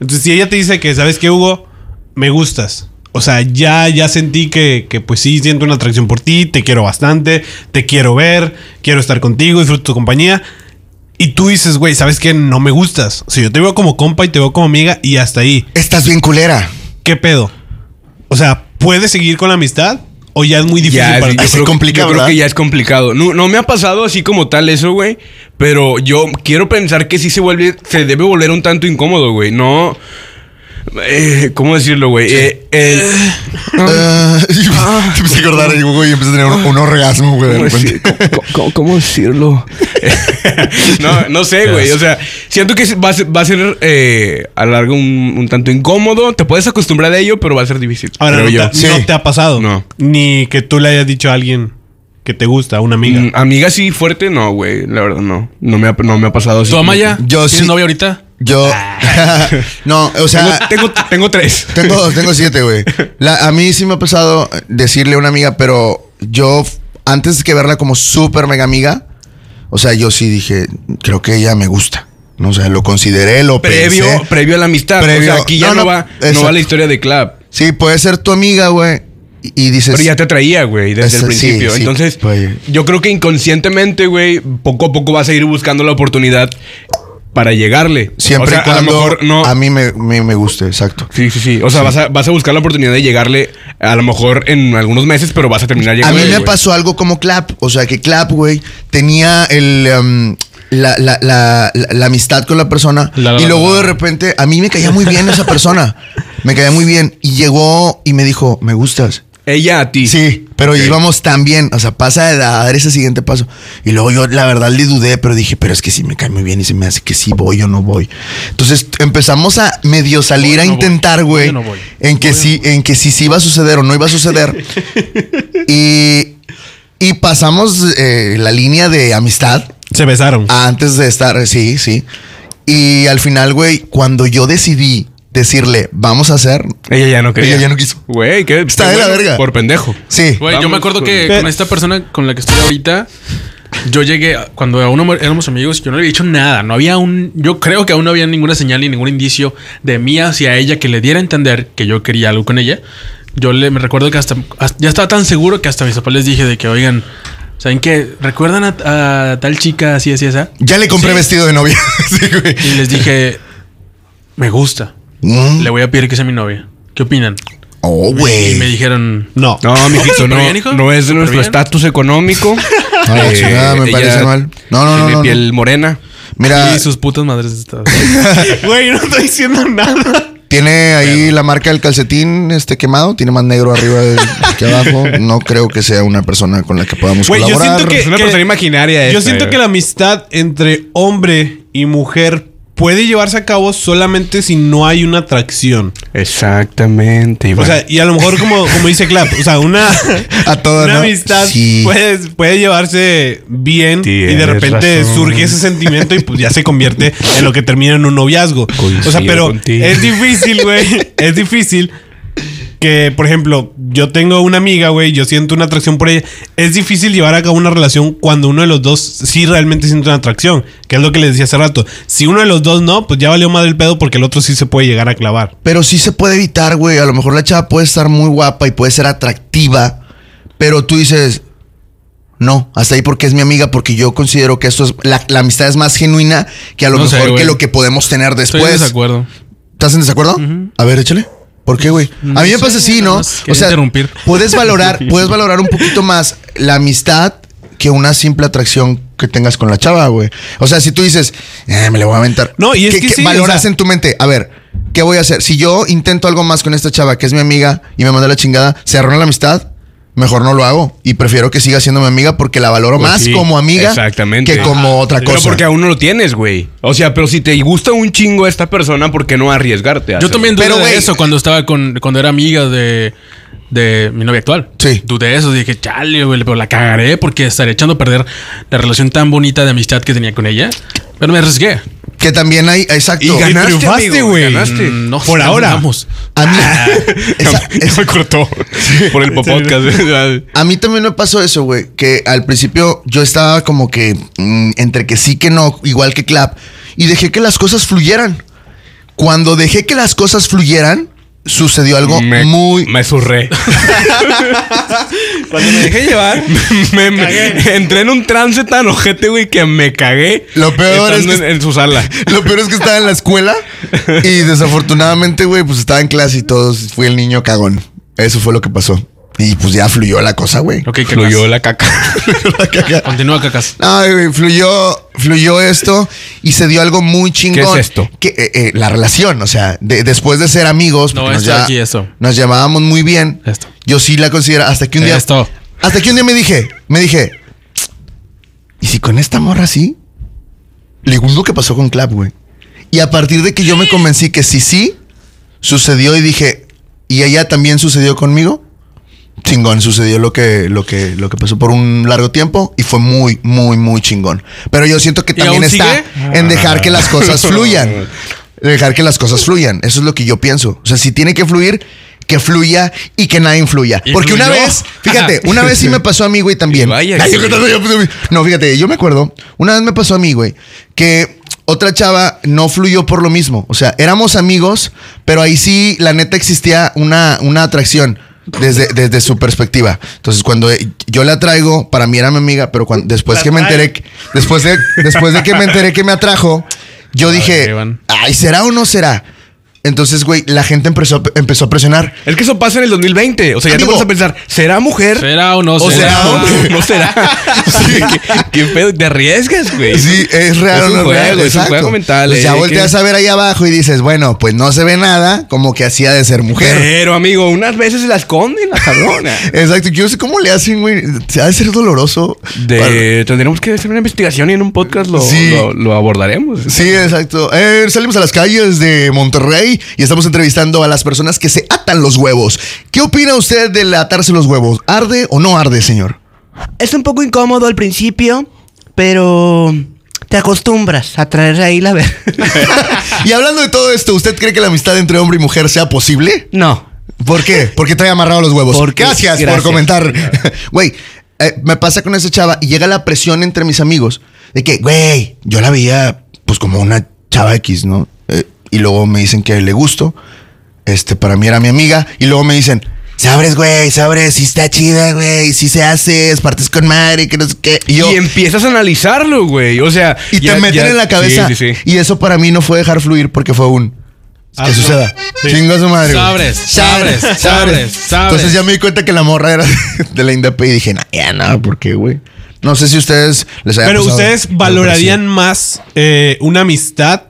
Speaker 1: Entonces, si ella te dice que, ¿sabes qué, Hugo? Me gustas. O sea, ya, ya sentí que, que, pues sí, siento una atracción por ti, te quiero bastante, te quiero ver, quiero estar contigo, disfruto tu compañía. Y tú dices, güey, ¿sabes qué? No me gustas. O sea, yo te veo como compa y te veo como amiga y hasta ahí.
Speaker 2: Estás bien culera.
Speaker 1: ¿Qué pedo? O sea, ¿puedes seguir con la amistad? ¿O ya es muy difícil
Speaker 3: Ya,
Speaker 1: para
Speaker 3: es,
Speaker 1: ti?
Speaker 3: yo
Speaker 2: se
Speaker 3: creo que-
Speaker 2: complica,
Speaker 3: yo creo
Speaker 2: ¿verdad?
Speaker 3: que ya es complicado. No, no me ha pasado así como tal eso, güey. Pero yo quiero pensar que sí se vuelve, se debe volver un tanto incómodo, güey. No. eh, ¿Cómo decirlo, güey? Eh, el-
Speaker 2: Ah, te empecé a acordar ahí, güey, y empecé a tener un, un orgasmo, güey, de
Speaker 3: ¿Cómo
Speaker 2: repente.
Speaker 3: decir- cómo- cómo- cómo decirlo? no, no sé, güey. O sea, siento que va a ser, va a, ser, eh, a largo un, un tanto incómodo. Te puedes acostumbrar a ello, pero va a ser difícil.
Speaker 1: Ahora, no,
Speaker 3: creo yo.
Speaker 1: te, no
Speaker 2: Sí.
Speaker 1: te ha pasado.
Speaker 3: No.
Speaker 1: Ni que tú le hayas dicho a alguien que te gusta, a una amiga.
Speaker 3: Mm, Amiga sí fuerte, no, güey. La verdad, no. No me ha, no me ha pasado así.
Speaker 4: ¿Tú, Amaya?
Speaker 2: Yo
Speaker 4: ¿Tienes
Speaker 2: sí.
Speaker 4: novia ahorita?
Speaker 2: Yo. no, o sea.
Speaker 3: Tengo, tengo, tengo tres.
Speaker 2: Tengo dos, tengo siete, güey. La- A mí sí me ha pasado decirle a una amiga, pero yo, f- antes que verla como súper mega amiga, o sea, yo sí dije, creo que ella me gusta. No, o sea, lo consideré, lo
Speaker 3: Previo,
Speaker 2: pensé.
Speaker 3: previo a la amistad.
Speaker 2: Previo-
Speaker 3: O sea, aquí ya
Speaker 2: no,
Speaker 3: no,
Speaker 2: no,
Speaker 3: va, no
Speaker 2: exacto.
Speaker 3: va la historia de Club.
Speaker 2: Sí, puede ser tu amiga, güey. Y y dices.
Speaker 3: Pero ya te atraía, güey, desde el
Speaker 2: Eso, sí,
Speaker 3: principio.
Speaker 2: sí,
Speaker 3: Entonces,
Speaker 2: güey.
Speaker 3: yo creo que inconscientemente, güey, poco a poco vas a ir buscando la oportunidad para llegarle.
Speaker 2: Siempre
Speaker 3: O sea,
Speaker 2: y cuando a,
Speaker 3: a lo mejor no.
Speaker 2: mí me, me, me guste, exacto.
Speaker 3: Sí, sí, sí. O sea, Vas, a, vas a buscar la oportunidad de llegarle a lo mejor en algunos meses, pero vas a terminar
Speaker 2: A
Speaker 3: llegando.
Speaker 2: mí me
Speaker 3: güey.
Speaker 2: pasó algo como Clap. O sea, que Clap, güey, tenía el, um, la, la- la- la- la amistad con la persona.
Speaker 4: La- la-
Speaker 2: y luego
Speaker 4: la-
Speaker 2: de repente, a mí me caía muy bien esa persona. Me caía muy bien. Y llegó y me dijo, me gustas.
Speaker 3: Ella a ti.
Speaker 2: Sí, pero
Speaker 3: Ok.
Speaker 2: íbamos tan bien. O sea, pasa de da- a dar ese siguiente paso. Y luego yo, la verdad, le dudé, pero dije, pero es que sí me cae muy bien y se me hace que sí voy o no voy. Entonces t- empezamos a medio salir
Speaker 4: Voy o
Speaker 2: a
Speaker 4: no
Speaker 2: intentar,
Speaker 4: voy,
Speaker 2: güey.
Speaker 4: voy o no voy.
Speaker 2: En que
Speaker 4: Voy o
Speaker 2: sí, en que sí, sí iba a suceder o no iba a suceder. y, y pasamos eh, la línea de amistad
Speaker 1: Se besaron.
Speaker 2: a antes de estar, sí, sí. Y al final, güey, cuando yo decidí decirle, vamos a hacer,
Speaker 3: Ella ya no quería.
Speaker 2: Ella ya no quiso.
Speaker 3: Güey, qué.
Speaker 2: Está de la verga.
Speaker 3: Por pendejo.
Speaker 2: sí,
Speaker 4: Güey, yo
Speaker 3: Vamos
Speaker 4: me acuerdo
Speaker 3: con-
Speaker 4: que
Speaker 1: Pero-
Speaker 4: con esta persona con la que estoy ahorita, yo llegué, a- cuando aún no éramos amigos, yo no le había dicho nada. No había un. Yo creo que aún no había ninguna señal ni ningún indicio de mí hacia ella que le diera a entender que yo quería algo con ella. Yo le, me recuerdo que hasta, hasta- Ya estaba tan seguro que hasta mis papás les dije de que, oigan, ¿saben qué? ¿Recuerdan a, a tal chica así, así, esa?
Speaker 2: ya le compré
Speaker 4: Sí.
Speaker 2: vestido de novia. sí, güey.
Speaker 4: Y les dije, me gusta.
Speaker 2: Mm.
Speaker 4: Le voy a pedir que sea mi novia. ¿Qué opinan?
Speaker 2: Oh,
Speaker 4: Y me
Speaker 2: güey.
Speaker 4: dijeron,
Speaker 1: No.
Speaker 3: No, mijito, no,
Speaker 4: ¿Pero bien, hijo?
Speaker 3: no es de
Speaker 4: ¿Pero
Speaker 3: nuestro
Speaker 4: bien?
Speaker 3: estatus económico.
Speaker 2: A la chingada, Eh, ah, me
Speaker 3: Ah, ella
Speaker 2: parece mal. No, no, no,
Speaker 3: tiene
Speaker 2: no, no.
Speaker 3: piel morena.
Speaker 2: Mira,
Speaker 4: y sus putas madres estaban.
Speaker 3: Ah.
Speaker 1: Güey, no estoy diciendo nada.
Speaker 2: tiene ahí la marca del calcetín este quemado, tiene más negro arriba del- que abajo. No creo que sea una persona con la que podamos
Speaker 1: Güey, yo
Speaker 2: colaborar.
Speaker 1: siento que-
Speaker 3: Es una persona imaginaria.
Speaker 1: Yo
Speaker 3: esta,
Speaker 1: siento
Speaker 3: güey.
Speaker 1: que la amistad entre hombre y mujer puede llevarse a cabo solamente si no hay una atracción.
Speaker 3: Exactamente.
Speaker 1: O
Speaker 3: Iván.
Speaker 1: sea, y a lo mejor como, como dice Clap, o sea, una,
Speaker 2: A todas,
Speaker 1: una
Speaker 2: ¿no?
Speaker 1: amistad
Speaker 2: Sí.
Speaker 1: puede, puede llevarse bien y de
Speaker 3: Tienes
Speaker 1: repente
Speaker 3: razón.
Speaker 1: surge ese sentimiento y pues ya se convierte en lo que termina en un noviazgo. o sea,
Speaker 3: Coincido
Speaker 1: pero
Speaker 3: contigo.
Speaker 1: es difícil, güey. Es difícil que, por ejemplo, yo tengo una amiga, güey, yo siento una atracción por ella. Es difícil llevar a cabo una relación cuando uno de los dos sí realmente siente una atracción, que es lo que les decía hace rato. Si uno de los dos no, pues ya valió madre el pedo porque el otro sí se puede llegar a clavar.
Speaker 2: Pero sí se puede evitar, güey. A lo mejor la chava puede estar muy guapa y puede ser atractiva. Pero tú dices, no, hasta ahí porque es mi amiga, porque yo considero que esto es. La, la amistad es más genuina que a lo
Speaker 4: No sé,
Speaker 2: mejor que
Speaker 4: güey.
Speaker 2: lo que podemos tener
Speaker 4: Estoy
Speaker 2: después.
Speaker 4: en desacuerdo.
Speaker 2: ¿Estás en desacuerdo? A ver, échale. ¿Por qué, güey? A mí me
Speaker 4: No
Speaker 2: pasa
Speaker 4: sé,
Speaker 2: así,
Speaker 4: nada
Speaker 2: ¿no?
Speaker 4: más quería interrumpir.
Speaker 2: puedes valorar, puedes valorar un poquito más la amistad que una simple atracción que tengas con la chava, güey. O sea, si tú dices, "Eh, me le voy a aventar.
Speaker 1: No, y es
Speaker 2: ¿Qué-
Speaker 1: que
Speaker 2: qué
Speaker 1: sí, o
Speaker 2: valoras
Speaker 1: sea-
Speaker 2: en tu mente? A ver, ¿qué voy a hacer? Si yo intento algo más con esta chava que es mi amiga y me manda la chingada, ¿se arruina la amistad? Mejor no lo hago. Y prefiero que siga siendo mi amiga porque la valoro
Speaker 3: Pues
Speaker 2: más
Speaker 3: sí,
Speaker 2: como amiga
Speaker 3: exactamente.
Speaker 2: que como
Speaker 3: Ajá.
Speaker 2: otra cosa.
Speaker 3: Pero porque aún no lo tienes, güey. O sea, pero si te gusta un chingo esta persona, ¿por qué no arriesgarte? a
Speaker 4: Yo
Speaker 3: hacerlo?
Speaker 4: también dudé
Speaker 2: Pero,
Speaker 4: de
Speaker 2: güey.
Speaker 4: eso cuando estaba con. Cuando era amiga de. De mi novia actual.
Speaker 2: Sí.
Speaker 4: Dudé de eso. Dije, chale, güey, pero la cagaré porque estaré echando a perder la relación tan bonita de amistad que tenía con ella. Pero me arriesgué.
Speaker 2: que también hay, exacto.
Speaker 3: Y ganaste,
Speaker 1: triunfaste,
Speaker 3: amigo,
Speaker 1: güey.
Speaker 3: Ganaste.
Speaker 4: Mm, No,
Speaker 1: Por
Speaker 4: sé,
Speaker 1: ahora.
Speaker 4: Vamos.
Speaker 2: A mí, esa-
Speaker 3: Ya
Speaker 2: esa-
Speaker 3: me cortó por el podcast.
Speaker 2: A mí también me pasó eso, güey. Que al principio yo estaba como que mm, entre que sí que no, igual que Clap. Y dejé que las cosas fluyeran. Cuando dejé que las cosas fluyeran, sucedió algo
Speaker 3: me,
Speaker 2: muy...
Speaker 3: Me zurré. Cuando me dejé llevar, me, me- entré en un trance tan ojete, güey, que me cagué.
Speaker 2: Lo peor es
Speaker 3: estando
Speaker 2: que-
Speaker 3: en, en su sala.
Speaker 2: Lo peor es que estaba en la escuela y desafortunadamente, güey, pues estaba en clase y todos... Fui el niño cagón. Eso fue lo que pasó. Y pues ya fluyó la cosa, güey.
Speaker 4: Ok, cacas.
Speaker 3: Fluyó la caca.
Speaker 4: Continúa, cacas.
Speaker 2: Ay, güey, fluyó, fluyó esto y se dio algo muy chingón.
Speaker 3: ¿Qué es esto?
Speaker 2: Que, eh, eh, la relación, o sea, de- después de ser amigos,
Speaker 4: No,
Speaker 2: porque
Speaker 4: esto de aquí, esto.
Speaker 2: nos llamábamos muy bien.
Speaker 4: Esto.
Speaker 2: Yo sí la considero hasta que un día.
Speaker 4: Esto.
Speaker 2: Hasta que un día me dije, me dije, ¿y si con esta morra sí? Le gustó que pasó con Clap, güey. Y a partir de que yo me convencí que sí, sí, sucedió y dije, ¿y ella también sucedió conmigo? Chingón, sucedió lo que, lo que, lo que pasó por un largo tiempo y fue muy, muy, muy chingón. Pero yo siento que
Speaker 4: ¿Y
Speaker 2: también
Speaker 4: aún
Speaker 2: está
Speaker 4: sigue?
Speaker 2: en dejar que las cosas fluyan. Dejar que las cosas fluyan. Eso es lo que yo pienso. O sea, si tiene que fluir, que fluya y que nada influya.
Speaker 4: ¿Y
Speaker 2: Porque una
Speaker 4: fluyó?
Speaker 2: vez, fíjate, una vez sí me pasó a mí, güey, también.
Speaker 3: Y vaya
Speaker 2: Ay,
Speaker 3: que-
Speaker 2: yo contando yo, pues, No, fíjate, yo me acuerdo, una vez me pasó a mí, güey, que otra chava no fluyó por lo mismo. O sea, éramos amigos, pero ahí sí, la neta, existía una, una atracción. Desde, desde su perspectiva. Entonces, cuando eh, yo la traigo, para mí era mi amiga, pero cuando, después que me enteré, que- después de, después de que me enteré que me atrajo, yo dije,
Speaker 4: Iván.
Speaker 2: ay, ¿será o no será? Entonces, güey, la gente empezó, empezó a presionar.
Speaker 3: Es que eso pasa en el 2020. O sea, ya
Speaker 2: Amigo.
Speaker 3: te pones a pensar, ¿será mujer?
Speaker 4: ¿Será o no
Speaker 3: ¿O
Speaker 4: será?
Speaker 3: será hombre? ¿No será? Sí, ¿qué, qué pedo? ¿Te arriesgas, güey?
Speaker 2: Sí, es real o
Speaker 3: Es un
Speaker 2: no es
Speaker 3: juego,
Speaker 2: real.
Speaker 3: es un
Speaker 2: exacto.
Speaker 3: juego mental,
Speaker 2: Pues ya
Speaker 3: eh,
Speaker 2: volteas
Speaker 3: que-
Speaker 2: a ver ahí abajo y dices, bueno, pues no se ve nada, como que hacía de ser mujer.
Speaker 3: Pero, amigo, unas veces se la esconden, la cabrona.
Speaker 2: Exacto, yo sé cómo le hacen, güey. Se ha de ser doloroso. Para-
Speaker 3: De, tendríamos que hacer una investigación y en un podcast lo,
Speaker 2: Sí.
Speaker 3: lo, lo abordaremos.
Speaker 2: Sí, exacto. Eh, salimos a las calles de Monterrey y estamos entrevistando a las personas que se atan los huevos. ¿Qué opina usted del atarse los huevos? ¿Arde o no arde, señor?
Speaker 5: Es un poco incómodo al principio, pero te acostumbras a traer ahí la verga.
Speaker 2: Y hablando de todo esto, ¿usted cree que la amistad entre hombre y mujer sea posible?
Speaker 5: no.
Speaker 2: ¿Por qué? Porque trae amarrado los huevos.
Speaker 5: Porque-
Speaker 2: gracias, por
Speaker 5: gracias.
Speaker 2: comentar. Güey, eh, me pasa con esa chava y llega la presión entre mis amigos de que, güey, yo la veía pues como una chava X, ¿no? Eh, y luego me dicen que le gusto. Este, para mí era mi amiga. Y luego me dicen, sabres, güey, sabres, si está chida, güey, si se hace, es partes con madre, que no sé qué. Y yo,
Speaker 3: Y empiezas a analizarlo, güey. O sea.
Speaker 2: y te
Speaker 3: ya-
Speaker 2: meten
Speaker 3: ya-
Speaker 2: en la cabeza.
Speaker 3: Sí, sí, sí.
Speaker 2: Y eso para mí no fue dejar fluir porque fue un.
Speaker 1: Ah,
Speaker 2: Que
Speaker 1: no.
Speaker 2: suceda.
Speaker 1: Sí.
Speaker 2: Chingo a su madre. güey.
Speaker 4: Sabres, sabres, sabres, sabres.
Speaker 2: Entonces ya me di cuenta que la morra era de la INDAP y dije, nah, ya nada, ¿por qué, güey? No sé si ustedes les haya
Speaker 1: Pero
Speaker 2: pasado
Speaker 1: ustedes
Speaker 2: algo
Speaker 1: valorarían más eh, una amistad